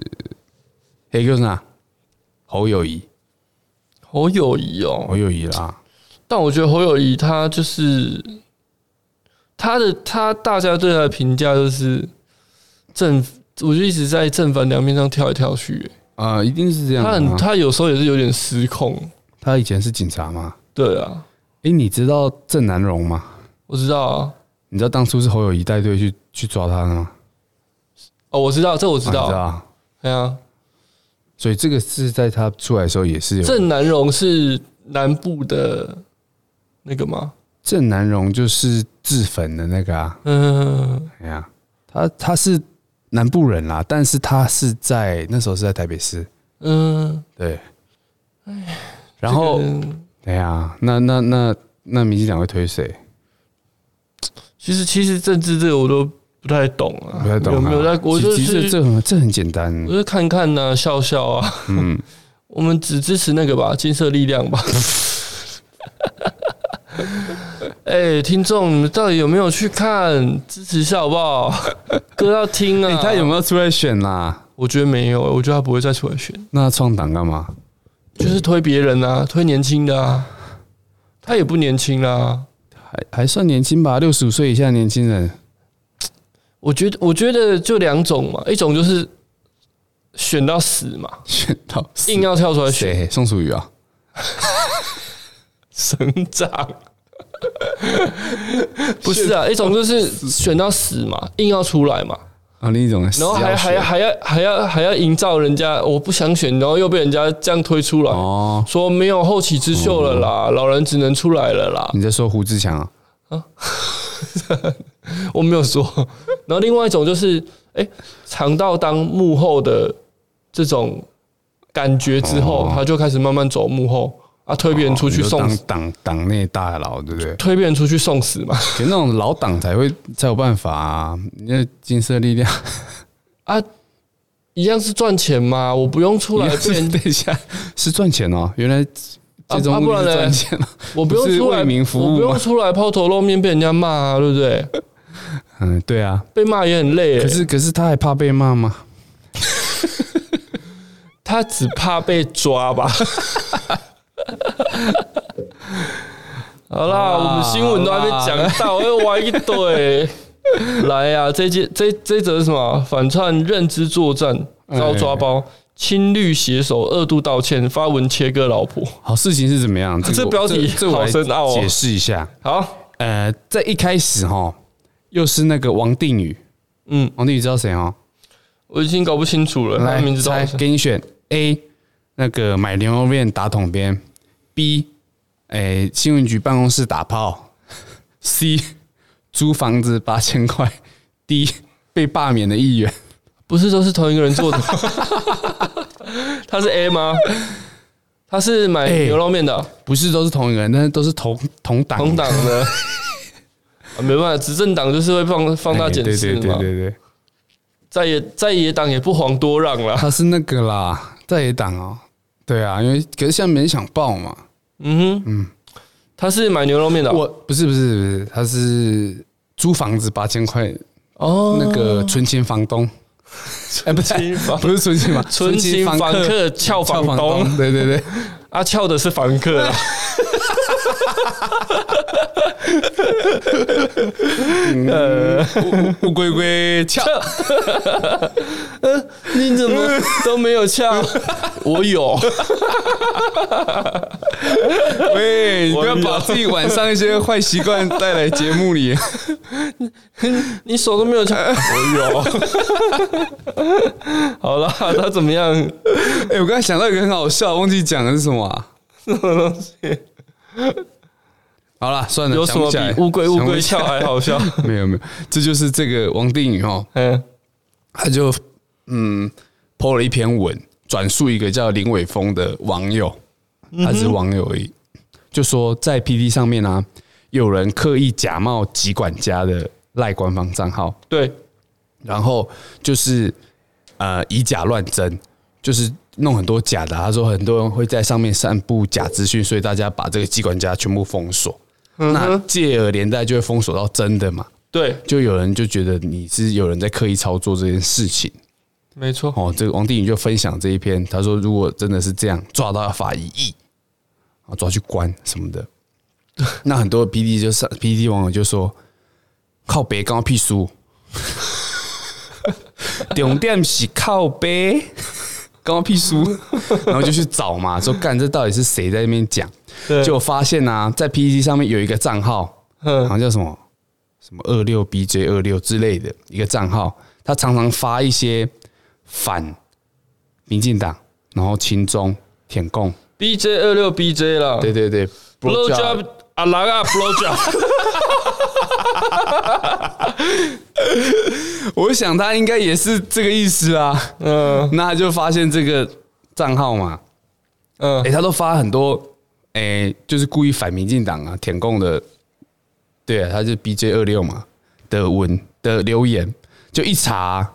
S1: 黑哥是哪？侯友谊，
S2: 侯友谊哦，
S1: 侯友谊啦。
S2: 但我觉得侯友谊他就是他的他，大家对他的评价就是正，我就一直在正反两面上跳来跳去、
S1: 啊，一定是这样、
S2: 他
S1: 啊。
S2: 很他有时候也是有点失控，
S1: 他以前是警察嘛？
S2: 对啊，
S1: 哎、你知道郑南荣吗？
S2: 我知道啊，
S1: 你知道当初是侯友谊带队去去抓他的吗？
S2: 哦，我知道，这我知
S1: 啊你知
S2: 道，
S1: 道。
S2: 哎呀，
S1: 所以这个是在他出来的时候也是有。郑
S2: 郑南荣是南部的那个吗？
S1: 郑南荣就是自焚的那个啊，
S2: 嗯，
S1: 哎呀、他他是南部人啦，但是他是在那时候是在台北市，
S2: 嗯，
S1: 对。然后
S2: 哎这，个
S1: 哎呀、那那那那民进党会推谁？
S2: 其实其实政治这个我都不太懂啊，
S1: 不太懂、啊。
S2: 有没有在？我
S1: 其
S2: 就
S1: 其实
S2: 是啊
S1: 这很这很简单，
S2: 我就看看呐、笑笑啊。
S1: 嗯，
S2: 我们只支持那个吧，金色力量吧。 哎、听众，你们到底有没有去看？支持一下好不 好？歌要听啊！
S1: 哎他有没有出来选啦？
S2: 我觉得没有，我觉得他不会再出来选，
S1: 那创党干嘛？
S2: 就是推别人啊，推年轻的啊。他也不年轻啦，
S1: 还还算年轻吧，六十五岁以下的年轻人。
S2: 我觉得，我觉得就两种嘛，一种就是选到死嘛，
S1: 选到死
S2: 硬要跳出来选，
S1: 谁？宋楚瑜啊？
S2: 省长。 不是啊，一种就是选到死嘛，硬要出来嘛，
S1: 啊，另一种
S2: 然后还还还要还要还要营造人家我不想选，然后又被人家这样推出来，
S1: 哦，嗯
S2: 说没有后起之秀了啦，老人只能出来了啦，
S1: 你在说胡志强啊？
S2: 我没有 说。然后另外一种就是，哎，尝到当幕后的这种感觉之后，他就开始慢慢走幕后啊，推别人出去
S1: 哦你就
S2: 送
S1: 当
S2: 死，
S1: 党党内大佬，对不对？
S2: 推别人出去送死嘛。
S1: 可那种老党才会才有办法啊！那金色力量，
S2: 啊，一样是赚钱嘛，我不用出来被人，
S1: 等一下是赚钱哦，原来最
S2: 啊
S1: 终
S2: 不
S1: 目
S2: 然
S1: 的
S2: 嘞
S1: 是赚钱哦。
S2: 我不用
S1: 是
S2: 出来
S1: 为民服
S2: 我不
S1: 务
S2: 用
S1: 吗？
S2: 出来抛头露面被人家骂啊，对不对？
S1: 嗯，对啊。
S2: 被骂也很累欸、
S1: 可是可是他还怕被骂吗？
S2: 他只怕被抓吧。好啦，我们新闻都还没讲到，又歪一堆。来呀、这件这这则是什么？反串认知作战
S1: 哎
S2: 遭抓包，亲绿携手二度道歉，发文切割老婆。
S1: 好，事情是怎么样？这
S2: 啊这
S1: 个我
S2: 标题
S1: 这我
S2: 好
S1: 来
S2: 深奥哦
S1: 解释一下。
S2: 好，
S1: 呃，在一开始哈，又是那个王定宇，
S2: 嗯，
S1: 王定宇知道谁哦？
S2: 我已经搞不清楚了，他
S1: 来
S2: 的名字到
S1: 猜
S2: 底，是
S1: 给你选 A 那个买牛肉面打桶边，B 哎、新闻局办公室打炮，C 租房子八千块，D 被罢免的议员。
S2: 不是都是同一个人做的？ 他是 A 吗？他是买
S1: 哎
S2: 牛肉面的啊、
S1: 不是都是同一个人，但是都是同同党
S2: 同党的、啊，没办法，执政党就是会放放大
S1: 哎
S2: 检视
S1: 对对
S2: 嘛
S1: 对。对对，
S2: 在野在野党也不遑多让啦。
S1: 他是那个啦，在野党哦。对啊，因为可是现在没人想报嘛。
S2: 嗯哼，嗯，他是买牛肉面的啊，
S1: 我不是不是不是，他是租房子八千块
S2: 哦，
S1: 那个存钱房东，哎，不是
S2: 亲房
S1: 不是存钱嘛，
S2: 存钱房客撬
S1: 撬
S2: 房东
S1: 对对对，
S2: 阿俏的是房客啦。
S1: 乌乌龟龟翘，
S2: 你怎么都没有呛？我有，
S1: 喂，你不要
S2: 我
S1: 把自己晚上一些坏习惯带来节目里。
S2: 你手都没有呛。我有。好啦，他怎么样？
S1: 哎、我刚才想到一个很好笑，忘记讲的是什么、啊。
S2: 什么东西？
S1: 好了，算了，
S2: 有什么
S1: 想不起
S2: 比
S1: 来
S2: 乌龟乌龟翘
S1: 想不起来
S2: 还好笑？
S1: 没有没有，这就是这个王定宇哦，
S2: 嗯，
S1: 他就嗯，po 了一篇文，转述一个叫林伟峰的网友，他只是网友而已，就说在 PT 上面啊，有人刻意假冒吉管家的赖官方账号，
S2: 对，
S1: 然后就是呃以假乱真，就是弄很多假的啊。他说很多人会在上面散布假资讯，所以大家把这个机管家全部封锁。那借而连带就会封锁到真的嘛？
S2: 对，
S1: 就有人就觉得你是有人在刻意操作这件事情
S2: 没错。
S1: 哦。这个王定宇就分享这一篇，他说如果真的是这样，抓到要罚一亿，啊，抓去关什么的。那很多 P D 就上 P D 网友就说：“靠北刚屁书，重点是靠北刚屁书。”然后就去找嘛，说干这到底是谁在那边讲？
S2: 对
S1: 就发现啊，在 P D 上面有一个账号，
S2: 嗯
S1: 好像叫什么什么二六 B J 二六之类的一个账号，他常常发一些反民进党，然后亲中、舔共，
S2: BJ 二六 BJ 啦
S1: 对对对
S2: ，blow job 啊，哪个 blow job？
S1: 我想他应该也是这个意思啊。
S2: 嗯
S1: 那他就发现这个账号嘛，
S2: 嗯
S1: 哎、，他都发很多，哎、就是故意反民进党啊、舔共的，对啊，他是 BJ 二六嘛的文的留言，就一查啊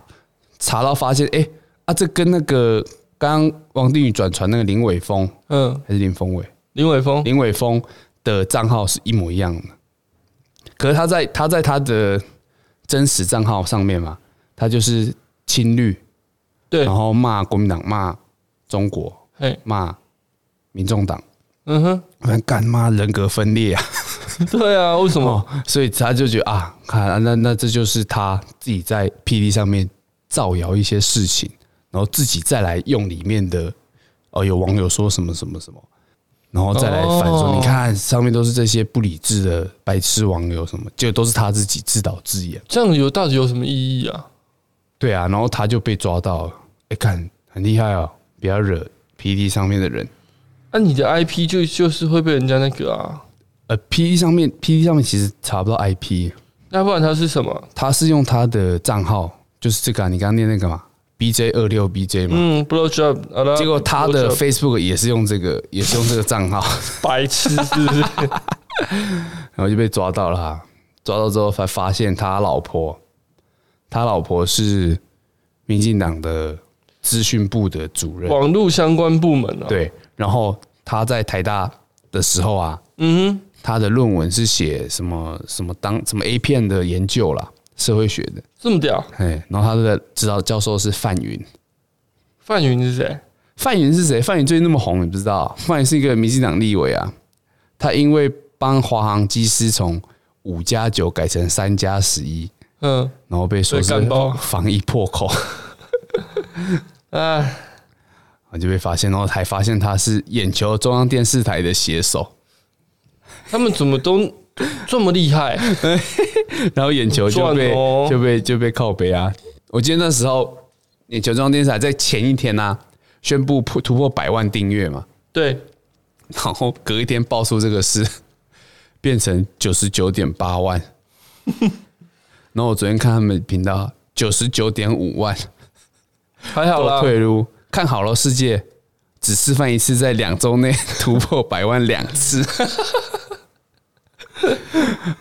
S1: 查到发现，哎、啊，这跟那个刚刚王定宇转传那个林伟峰
S2: 嗯，
S1: 还是林峰伟，
S2: 林伟峰，
S1: 林伟峰的账号是一模一样的，可是他在他在他的真实账号上面嘛，他就是亲绿，
S2: 对
S1: 然，后骂国民党、骂中国、
S2: 哎，
S1: 骂民众党，
S2: 嗯哼，
S1: 反干妈人格分裂啊！哦
S2: 对啊，为什么？
S1: 所以他就觉得啊，看那那这就是他自己在 PD 上面造谣一些事情，然后自己再来用里面的哦，有网友说什么什么什么，然后再来反说，
S2: 哦
S1: 你看上面都是这些不理智的白痴网友什么，就都是他自己自导自演。
S2: 这样有到底有什么意义啊？
S1: 对啊，然后他就被抓到了，哎、看很厉害哦，不要惹 PD 上面的人。
S2: 那啊你的 IP 就就是会被人家那个啊，
S1: 呃，P D 上面，P D 上面其实查不到 I P，
S2: 要不然它是什么？
S1: 他是用他的账号，就是这个啊、你刚刚念那个嘛，B J 二六 B J 嘛，
S2: 嗯，blow job 啊啦。
S1: 结果他的
S2: blow job
S1: Facebook 也是用这个，也是用这个账号，
S2: 白痴是不是？
S1: 然后就被抓到了啊、抓到之后才发现他老婆，他老婆是民进党的资讯部的主任，
S2: 网络相关部门啊。，
S1: 对，然后他在台大的时候啊，
S2: 嗯哼，
S1: 他的论文是写什么什么当什么 A 片的研究啦，社会学的。
S2: 这么屌，
S1: 哎，然后他的指导教授是范云。
S2: 范云是谁？
S1: 范云是谁？范云最近那么红，你不知道？啊范云是一个民进党立委啊，他因为帮华航机师从五加九改成三加十一，
S2: 嗯，
S1: 然后被说是
S2: 被干爆
S1: 防疫破口，
S2: 哎，
S1: 我就被发现，然后还发现他是眼球中央电视台的写手，
S2: 他们怎么都 这么厉害？
S1: 然后眼球就被
S2: 赚哦
S1: 就被就被靠背啊！我记得那时候眼球中央电视台在前一天呢、啊、宣布破突破百万订阅嘛，
S2: 对，
S1: 然后隔一天爆出这个事，变成九十九点八万。 然后我昨天看他们频道九十九点五万，
S2: 还好
S1: 倒
S2: 啦。
S1: 退路看好了世界，只示范一次，在两周内突破百万两次。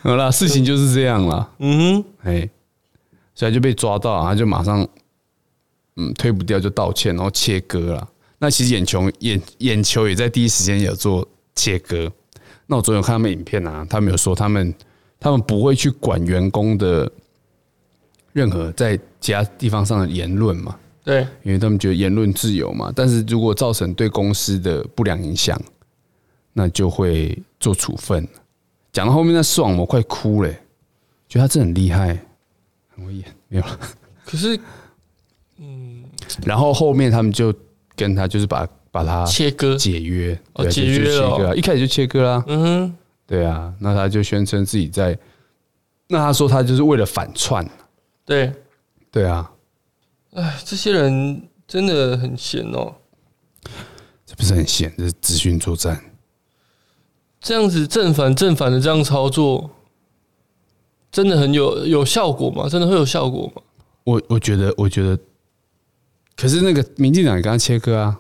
S1: 好啦，事情就是这样啦。
S2: 嗯哼，
S1: 哎，所以他就被抓到，他就马上嗯推不掉就道歉，然后切割了。那其实眼球眼眼球也在第一时间有做切割。那我昨天有看他们影片啊，他们有说他们他们不会去管员工的任何在其他地方上的言论嘛，
S2: 对，
S1: 因为他们觉得言论自由嘛。但是如果造成对公司的不良影响，那就会做处分。讲到后面那视网膜快哭了、欸觉得他真的很厉害，很会演， 没有了。
S2: 可是
S1: 然后后面他们就跟他就是把把他
S2: 切割，
S1: 解约，
S2: 哦
S1: 对啊
S2: 解
S1: 就就
S2: 约了哦
S1: 切割啊，一开始就切割啦、
S2: 嗯哼，
S1: 对啊，那他就宣称自己在，那他说他就是为了反串，
S2: 对，
S1: 对啊，
S2: 哎，这些人真的很闲哦。
S1: 这不是很闲，这是资讯作战，
S2: 这样子正反正反的这样操作，真的很有有效果吗？真的会有效果吗？
S1: 我我觉得，我觉得，可是那个民进党也跟他切割啊，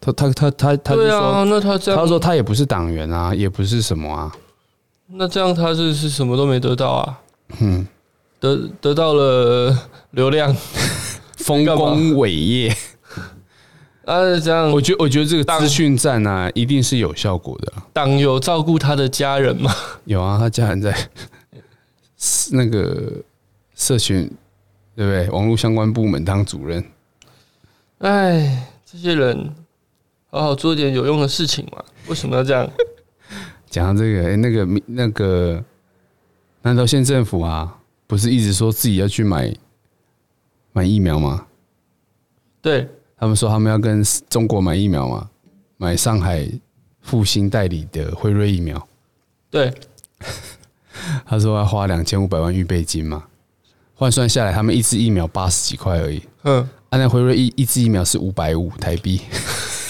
S1: 他他他他他就
S2: 对
S1: 说，
S2: 啊，那他这样，
S1: 他说他也不是党员啊，也不是什 么啊，
S2: 那这样他是是什么都没得到啊，嗯，得得到了流量，
S1: 丰
S2: 干嘛
S1: 功伟业。
S2: 啊，这样
S1: 我觉 我觉得这个资讯战啊，一定是有效果的啊、
S2: 党有照顾他的家人吗？
S1: 有啊，他家人在 那个社群，对不对？网络相关部门当主任，
S2: 哎，这些人好好做点有用的事情嘛，为什么要这样？
S1: 讲到这个，哎，那个民那个南投县政府啊，不是一直说自己要去买买疫苗吗？
S2: 对，
S1: 他们说他们要跟中国买疫苗嘛，买上海复兴代理的辉瑞疫苗。
S2: 对，
S1: 他说要花两千五百万预备金嘛，换算下来，他们一支疫苗八十几块而已。
S2: 嗯，
S1: 按照辉瑞一一支疫苗是五百五台币，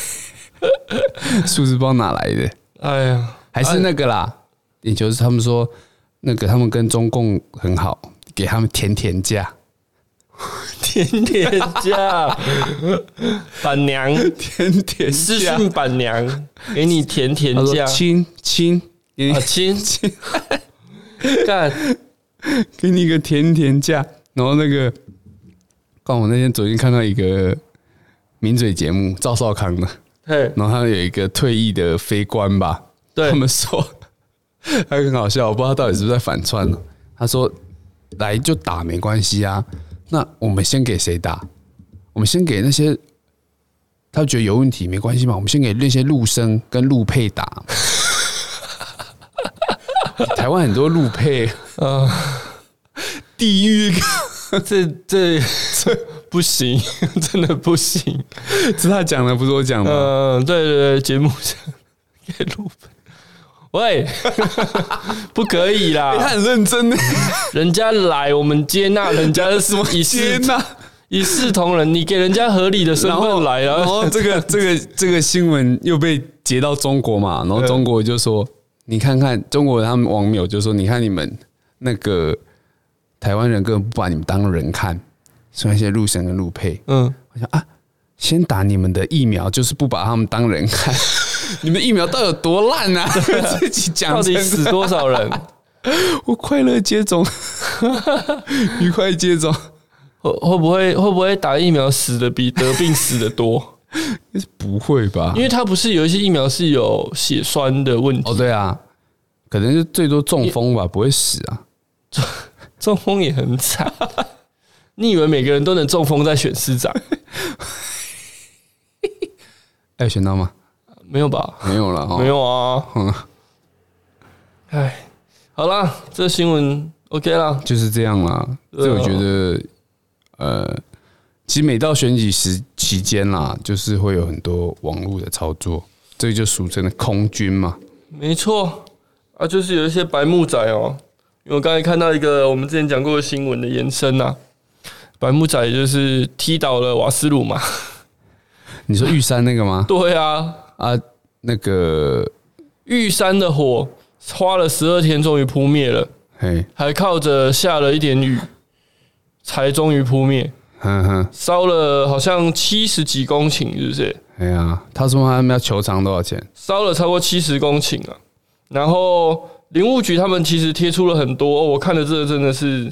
S1: 数字不知道哪来的，
S2: 哎呀，
S1: 还是那个啦，也就是他们说那个他们跟中共很好，给他们甜甜价，
S2: 甜甜价，板娘，
S1: 甜甜
S2: 私讯板娘，给你甜甜
S1: 他说
S2: 价，
S1: 亲亲，给
S2: 啊
S1: 你
S2: 亲， 干，
S1: 给你一个甜甜价。然后那个，刚我那天昨天看到一个名嘴节目，赵少康的，
S2: 嘿，
S1: 然后他们有一个退役的飞官吧，
S2: 对
S1: 他们说，还很好笑，我不知道他到底是不是在反串了。他说来就打没关系啊，那我们先给谁打？我们先给那些他觉得有问题没关系嘛，我们先给那些陆生跟陆配打。 台湾很多陆配，
S2: 啊，
S1: 地狱
S2: 这 这这不行， 真的不行。
S1: 是他讲的，不是我讲的吗。
S2: 嗯，对对对，节目 上给录。喂， 不可以
S1: 他
S2: 啦！
S1: 很认真呢，
S2: 人家来，我们接纳人家 的什么一视
S1: 天哪！
S2: 一视同仁，你给人家合理的身
S1: 然后
S2: 份来啊了，
S1: 然后这 个这个这个新闻又被截到中国嘛，然后中国就说：“你看看中国他们网友就说，你看你们那个台湾人根本不把你们当人看，说那些陆神跟陆配，
S2: 嗯，
S1: 我想啊，先打你们的疫苗，就是不把他们当人 看，你们疫苗到底有多烂 啊？自己讲
S2: 到
S1: 成
S2: 底死
S1: 这样
S2: 多少 人？
S1: 我快乐接 种，愉快接种，
S2: 会会不会会不会打疫苗死的比得病死的 多？
S1: 不会吧？
S2: 因为它不是有一些疫苗是有血栓的问题，
S1: 哦，对啊，可能是最多中风吧，不会死啊。”
S2: 中风也很 惨。你以为每个人都能中风再选市长？
S1: 哎，有选到吗？
S2: 没有吧？
S1: 没有了，哦
S2: 没。有啊。
S1: 嗯，
S2: 哎，好啦，这新闻 OK 啦。
S1: 就是这样啦。
S2: 对啊
S1: 所以我觉得，呃，其实每到选举时期间啦，就是会有很多网络的操作，这就俗称的空军嘛。
S2: 没错啊，就是有一些白木仔哦，因为我刚才看到一个我们之前讲过的新闻的延伸呐、白木仔就是踢倒了瓦斯炉嘛。
S1: 你说玉山那个 吗？
S2: 对啊，
S1: 啊，那个，
S2: 玉山的火花了十二天，终于扑灭了，
S1: 嘿，
S2: 还靠着下了一点雨，才终于扑灭。
S1: 哼哼，
S2: 烧了好像七十几公顷，是不是？
S1: 哎呀，他说他们要求偿多少钱？
S2: 烧了超过七十公顷啊。然后林务局他们其实贴出了很多，哦我看了这个真的是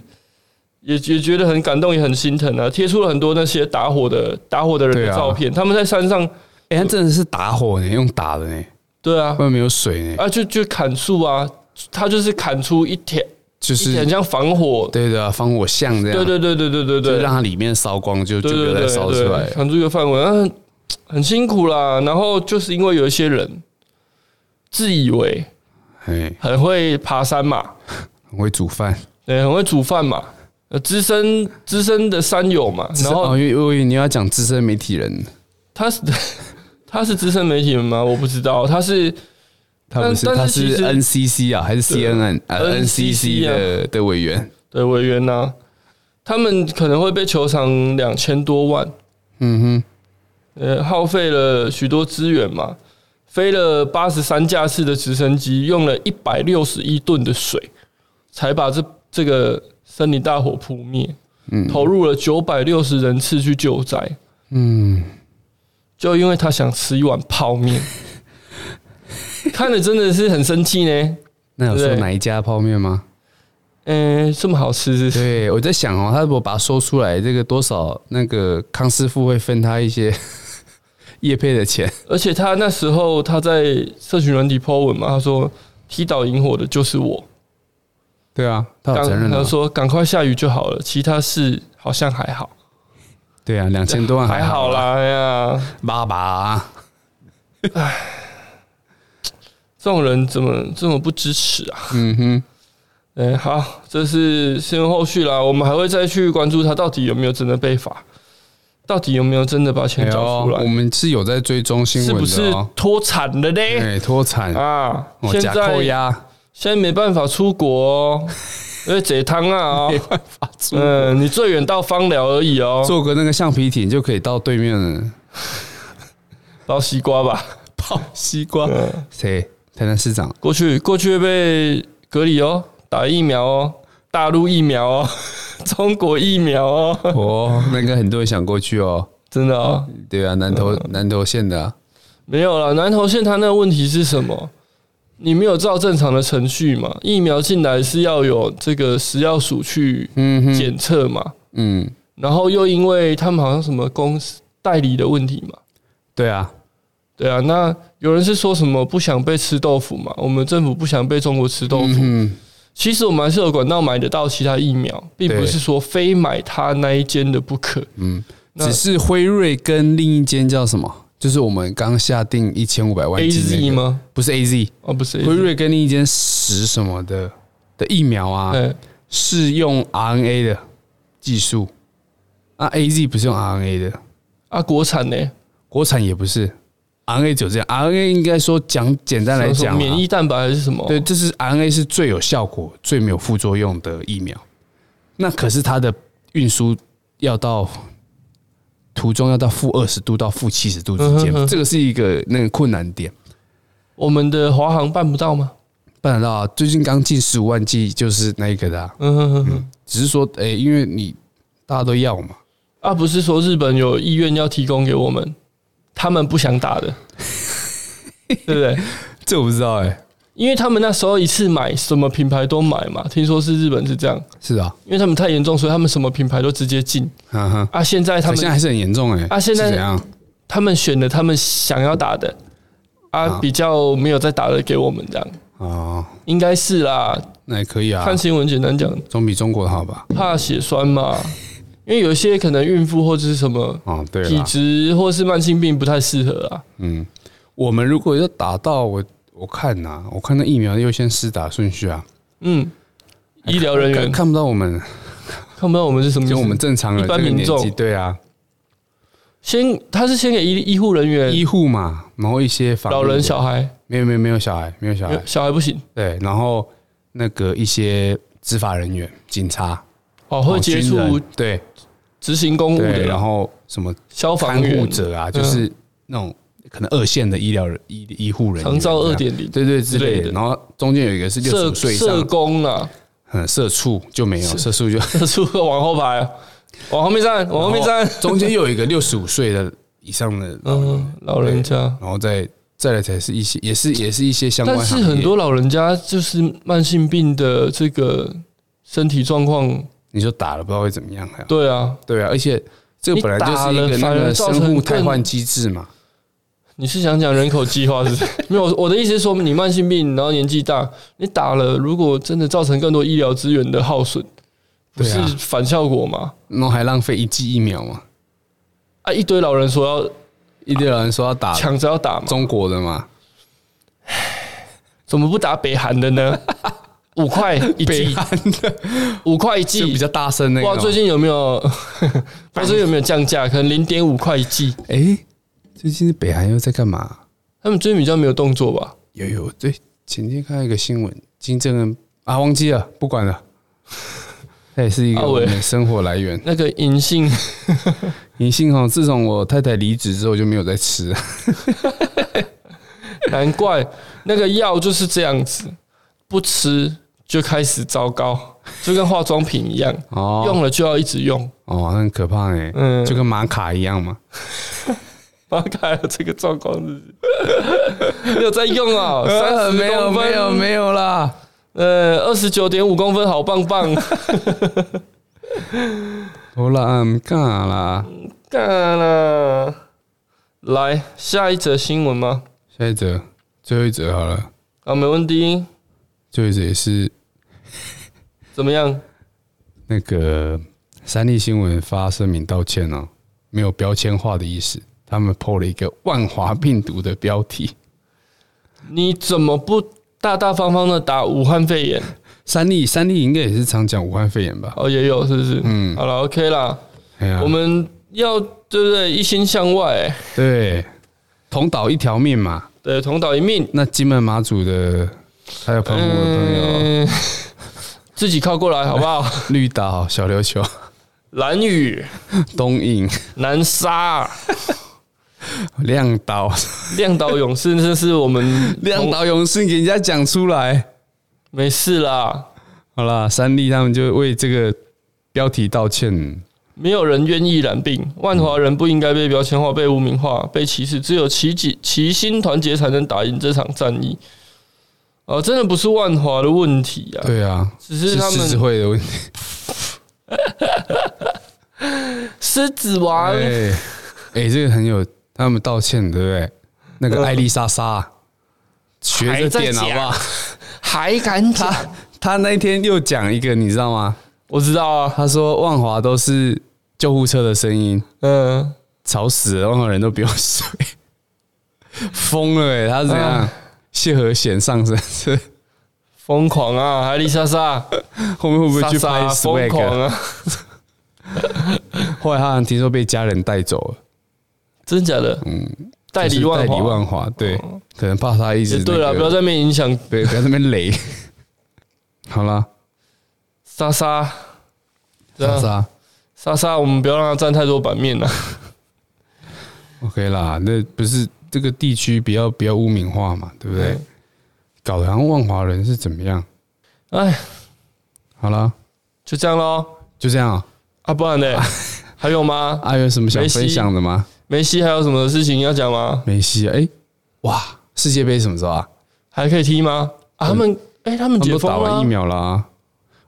S2: 也也觉得很感动，也很心疼啊。贴出了很多那些打火的打火的人
S1: 对
S2: 的
S1: 啊
S2: 照片，他们在山上，
S1: 哎、他真的是打火呢，用打的呢，
S2: 对啊，
S1: 外面有水呢，
S2: 啊就就砍树啊，他就是砍出一条，
S1: 就
S2: 一条
S1: 是
S2: 很像防火，
S1: 对的、啊，防火巷这样，
S2: 对对对对对对
S1: 就
S2: 对，
S1: 让它里面烧光，就就
S2: 对
S1: 不要
S2: 对
S1: 再
S2: 对
S1: 烧出来
S2: 对，。啊扛住一个范围，嗯，很辛苦啦。然后就是因为有一些人自以为
S1: 哎，
S2: 很会爬山嘛，
S1: 很会煮饭。
S2: 对，很会煮饭嘛，呃，资深资深的山友嘛，然
S1: 然后
S2: 后
S1: 哦因为我以为你要讲资深媒体人，
S2: 他是 他是资深媒体人吗？我不知道，他是
S1: 他不是，
S2: 但
S1: 他
S2: 但是其
S1: 是
S2: 实
S1: NCC 啊，还是 CNN 啊
S2: NCC
S1: NCC 的的委员？
S2: 的委员呐、他们可能会被球场两千多万，
S1: 嗯
S2: 呃，耗费了许多资源嘛，飞了八十三架次的直升机，用了一百六十一吨的水，才把这这个森林大火扑灭。嗯，投入了九百六十人次去救灾，
S1: 哼，嗯，
S2: 就因为他想吃一碗泡 面，看了真的是很生气呢。
S1: 那有说
S2: 对
S1: 哪一家泡面吗？
S2: 嗯、这么好吃是不是？
S1: 对，我在想哦，他如果把它说出来，这个多少那个康师傅会分他一些 业配的钱？
S2: 而且他那时候他在社群软体 po 文嘛，他说踢倒萤火的就是我，
S1: 对啊，他有承
S2: 刚
S1: 认
S2: 他
S1: 了。
S2: 说赶快下雨就好了，其他事好像还好，
S1: 对啊，两千多万
S2: 还
S1: 好
S2: 好，啦，哎呀，
S1: 爸爸啊，
S2: 这种人怎么这么不支持啊？
S1: 嗯哼，
S2: 哎，好，这是新闻后续啦，我们还会再去关注他到底有没有真的被罚，到底有没有真的把
S1: 哎
S2: 钱
S1: 呦，
S2: 交出
S1: 我
S2: 来，
S1: 们是有在追踪新
S2: 是
S1: 闻
S2: 不是
S1: 的哦，
S2: 脱产了嘞？
S1: 哎，脱产
S2: 啊，
S1: 哦，
S2: 现
S1: 假扣
S2: 在
S1: 押，
S2: 现在没办法出国 哦，因为贼汤啊哦
S1: 没办法出国
S2: 嗯，你最远到芳疗而已哦，
S1: 做个那个橡皮艇就可以到对面了。
S2: 到西瓜 吧，嗯
S1: 泡西瓜，谁？台南市长
S2: 过去过去会被隔离哦，打疫苗哦，大陆疫苗哦， 中国疫苗哦，
S1: 哦，那应该很多人想过去哦。
S2: 真的哦，
S1: 对啊，南投南投县的啊，
S2: 没有了。南投县它那个问题是什么？你没有照正常的程序嘛？疫苗进来是要有这个食药署去
S1: 嗯哼，
S2: 检测嘛，
S1: 嗯，
S2: 然后又因为他们好像什么公司代理的问题嘛，
S1: 对啊，
S2: 对啊，那有人是说什么不想被吃豆腐嘛？我们政府不想被中国吃豆腐。
S1: 嗯，
S2: 其实我们还是有管道买得到其他疫苗，并不是说非买他那一间的不可。那
S1: 只是辉瑞跟另一间叫什么？就是我们刚下定一千五百万
S2: A
S1: 剂那
S2: Z
S1: 个？
S2: 吗？
S1: 不是 A Z，
S2: 哦，不是 AZ
S1: 辉，瑞跟另一间十什么的的疫苗啊，
S2: 哎，
S1: 是用 RNA 的技术，啊 A Z 不是用 RNA 的，
S2: 啊，国产呢？
S1: 国产也不是，RNA 只有这样，RNA 应该说讲简单来
S2: 什么
S1: 讲啊，
S2: 免疫哦蛋白还是什么？
S1: 对，这是 RNA 是最有效果、最没有副作用的疫苗。那可是它的运输要到途中要到负二十度到负七十度之
S2: 嗯哼
S1: 间
S2: 哼，
S1: 这个是一个那个困难点。
S2: 我们的华航办不到吗？
S1: 办得到啊，最近刚进十五万剂就是那一个的、啊，
S2: 嗯哼哼哼，
S1: 只是说，诶，因为你大家都要嘛，
S2: 啊，不是说日本有意愿要提供给我们，他们不想打 的，对不对？
S1: 这我不知道诶，
S2: 因为他们那时候一次买什么品牌都买嘛，听说是日本是这样，
S1: 是啊，
S2: 因为他们太严重，所以他们什么品牌都直接进
S1: 嗯哼，
S2: 啊。现在他
S1: 可
S2: 们
S1: 现在还是很严重诶。
S2: 啊现在
S1: 是怎样？
S2: 他们选了他们想要打的，啊，比较没有再打的给我们这样，
S1: 哦，
S2: 应该是啦。
S1: 那也可以啊
S2: 看，新闻简单讲，
S1: 总比中国好吧？
S2: 怕血栓嘛，因为有一些可能孕妇或者是什么
S1: 哦，对
S2: 体
S1: 了，
S2: 质或是慢性病不太适合啊。
S1: 嗯，我们如果要打到我，我看呐、我看那疫苗的优先施打顺序啊，
S2: 嗯，医疗人
S1: 哎看
S2: 员
S1: 看不到我们，
S2: 看不到我们是什么意思，
S1: 就我们正常人
S2: 一般
S1: 这个
S2: 民
S1: 年
S2: 众
S1: 纪，对啊，
S2: 先他是先给医医护人员、
S1: 医护嘛，然后一些防疫
S2: 老人、小孩，
S1: 没有没有没有小孩，没有小
S2: 没有
S1: 孩，
S2: 小孩不行
S1: 对，然后那个一些执法人员、警察、
S2: 哦，会
S1: 哦
S2: 接
S1: 军人
S2: 触
S1: 对
S2: 执行公务
S1: 对，
S2: 的
S1: 然
S2: 啦，
S1: 后什么
S2: 消防
S1: 看
S2: 员
S1: 护者啊，就是那种可能二线的医疗人医医护人员，
S2: 长照
S1: 这样
S2: 2.0
S1: 对对
S2: 之
S1: 之类
S2: 类的
S1: 的，然后中间有一个是六十
S2: 社
S1: 五岁以上
S2: 社
S1: 的，
S2: 工啦。
S1: 嗯，社畜就没有，社畜就。
S2: 特殊往后排，啊往后面站，往后面站
S1: 然。后中间又有一个六十五岁的以上的老人，
S2: 嗯，老人家，
S1: 然后再再来才是一些，也是也是一些相关
S2: 但是
S1: 行业，
S2: 很多老人家就是慢性病的这个身体状况，
S1: 你说打了不知道会怎么样啊？
S2: 对啊，
S1: 对啊，而且这个本来就是一个
S2: 你打了反
S1: 那
S2: 而
S1: 个
S2: 造
S1: 生
S2: 成
S1: 物汰
S2: 更
S1: 换机制嘛，
S2: 你是想讲人口计划是不是？ 没有，我的意思是说，你慢性病，然后年纪大，你打了，如果真的造成更多医疗资源的耗损，不
S1: 对
S2: 是
S1: 啊
S2: 反效果吗？
S1: 然后还浪费一剂疫苗嘛，
S2: 啊，一堆老人说
S1: 一堆老人说要打
S2: 要抢着要打嘛，
S1: 中国的嘛，
S2: 怎么不打北韩的 呢？五块一
S1: 北
S2: 季，
S1: 韩的
S2: 五块一
S1: 就
S2: 季
S1: 比较大声那
S2: 哇，
S1: 个。
S2: 最近有没有？ 不知道有没有降价？可能零点五块一季。
S1: 哎、最近北韩又在干嘛？
S2: 他们最近比较没有动作吧？
S1: 有有，对，前天看到一个新闻，金正恩啊，忘记了，不管了。 他也是一个
S2: 阿
S1: 我
S2: 伟
S1: 们的生活来源。
S2: 那个银杏
S1: 银杏哈，自从我太太离职之后就没有再吃 了。
S2: 难怪那个药就是这样子，不吃就开始糟糕，就跟化妆品一样，
S1: 哦
S2: 用了就要一直用。
S1: 哦，那很可怕哎、
S2: 嗯
S1: 就跟玛卡一样嘛。
S2: 发开了这个状况是不是，你有 在用啊？三十
S1: 呃没有没有没有啦，
S2: 呃，二十九点五公分，好棒棒！
S1: 好啦，唔干啦。
S2: 干了，来下一则新闻吗？
S1: 下一则，最后一则好了，
S2: 啊，没问题。
S1: 最后一则也是
S2: 怎么样？
S1: 那个三立新闻发声明道歉哦，没有标签化的意思。他们破了一个万华病毒的标题，
S2: 你怎么不大大方方的打武汉肺炎？
S1: 三立三立应该也是常讲武汉肺炎吧？
S2: 哦，也有是不是？嗯，好了，OK 啦，
S1: 哎呀
S2: 我们要对不对？一心向外、
S1: 对同岛一条命嘛。
S2: 对，同岛一命。
S1: 那金门马祖的还有澎湖的朋友，
S2: 嗯， 自己靠过来好不 好？
S1: 绿岛、小琉球、
S2: 蓝雨、
S1: 东引、
S2: 南沙、
S1: 亮岛、
S2: 亮岛勇士，这是我们
S1: 亮岛勇士，给人家讲出来。
S2: 没事啦，
S1: 好啦，三立他们就为这个标题道歉。
S2: 没有人愿意染病。万华人不应该被标签化、被污名化、被歧视，只有齐己齐心团结才能打赢这场战役。哦，真的不是万华的问题啊，
S1: 对啊，
S2: 只是他
S1: 狮子
S2: 们
S1: 会的问题。
S2: 狮子王
S1: 哎、哎，这个很有他们道歉，对不对？那个艾丽莎莎学着点好不好？
S2: 还敢打？
S1: 她那一天又讲一个，你知道吗？
S2: 我知道啊，
S1: 她说万华都是救护车的声音，
S2: 嗯，
S1: 吵死了，万华人都不用睡， 疯了哎、欸！她是怎样？
S2: 啊
S1: 谢和弦上身是
S2: 疯狂啊，海丽莎莎，
S1: 后面会不会
S2: 莎
S1: 去
S2: 莎
S1: 拍
S2: 疯
S1: swag？
S2: 狂啊，
S1: 后来他好像听说被家人带走了，
S2: 真假的？嗯，代理
S1: 就是
S2: 万
S1: 代理
S2: 华哦
S1: 万，华，对，可能怕他一直、
S2: 也
S1: 那
S2: 对
S1: 个
S2: 了，不要在那边影响
S1: 对，不要在那边雷。 好啦，
S2: 莎莎。这
S1: 莎
S2: 样
S1: 莎
S2: 莎莎，我们不要让她占太多版面啊了。
S1: ，OK 啦，那不是这个地区不要不要污名化嘛，对不对？
S2: 嗯
S1: 搞得好像万华人是怎么样？
S2: 哎，
S1: 好啦，
S2: 就这样喽。
S1: 就这样啊、
S2: 啊，不然呢？还有吗？
S1: 啊，有什么想
S2: 梅西
S1: 分享的吗？
S2: 梅西还有什么事情要讲吗？
S1: 梅西啊，哎、哇，世界杯什么时候啊？
S2: 还可以踢吗？啊，他们哎，他们
S1: 他们
S2: 解
S1: 都
S2: 封
S1: 打
S2: 了
S1: 完疫
S2: 啊，
S1: 苗啦、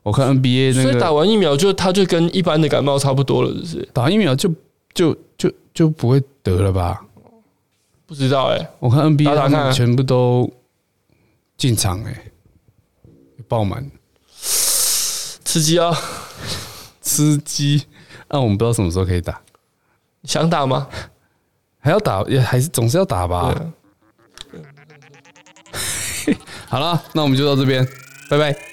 S1: 我看 NBA
S2: 所
S1: 那
S2: 以打
S1: 个
S2: 完疫苗就它就跟一般的感冒差不多了，是不是？
S1: 打疫苗就就就就不会得了吧？
S2: 不知道哎，
S1: 我看 NBA
S2: 打打
S1: 他
S2: 看
S1: 们全部都进场哎、爆满，
S2: 吃鸡啊，
S1: 吃鸡。那、我们不知道什么时候可以打，
S2: 想打吗？
S1: 还要打也还是总是要打吧。
S2: 对啊
S1: 好了，那我们就到这边，拜拜。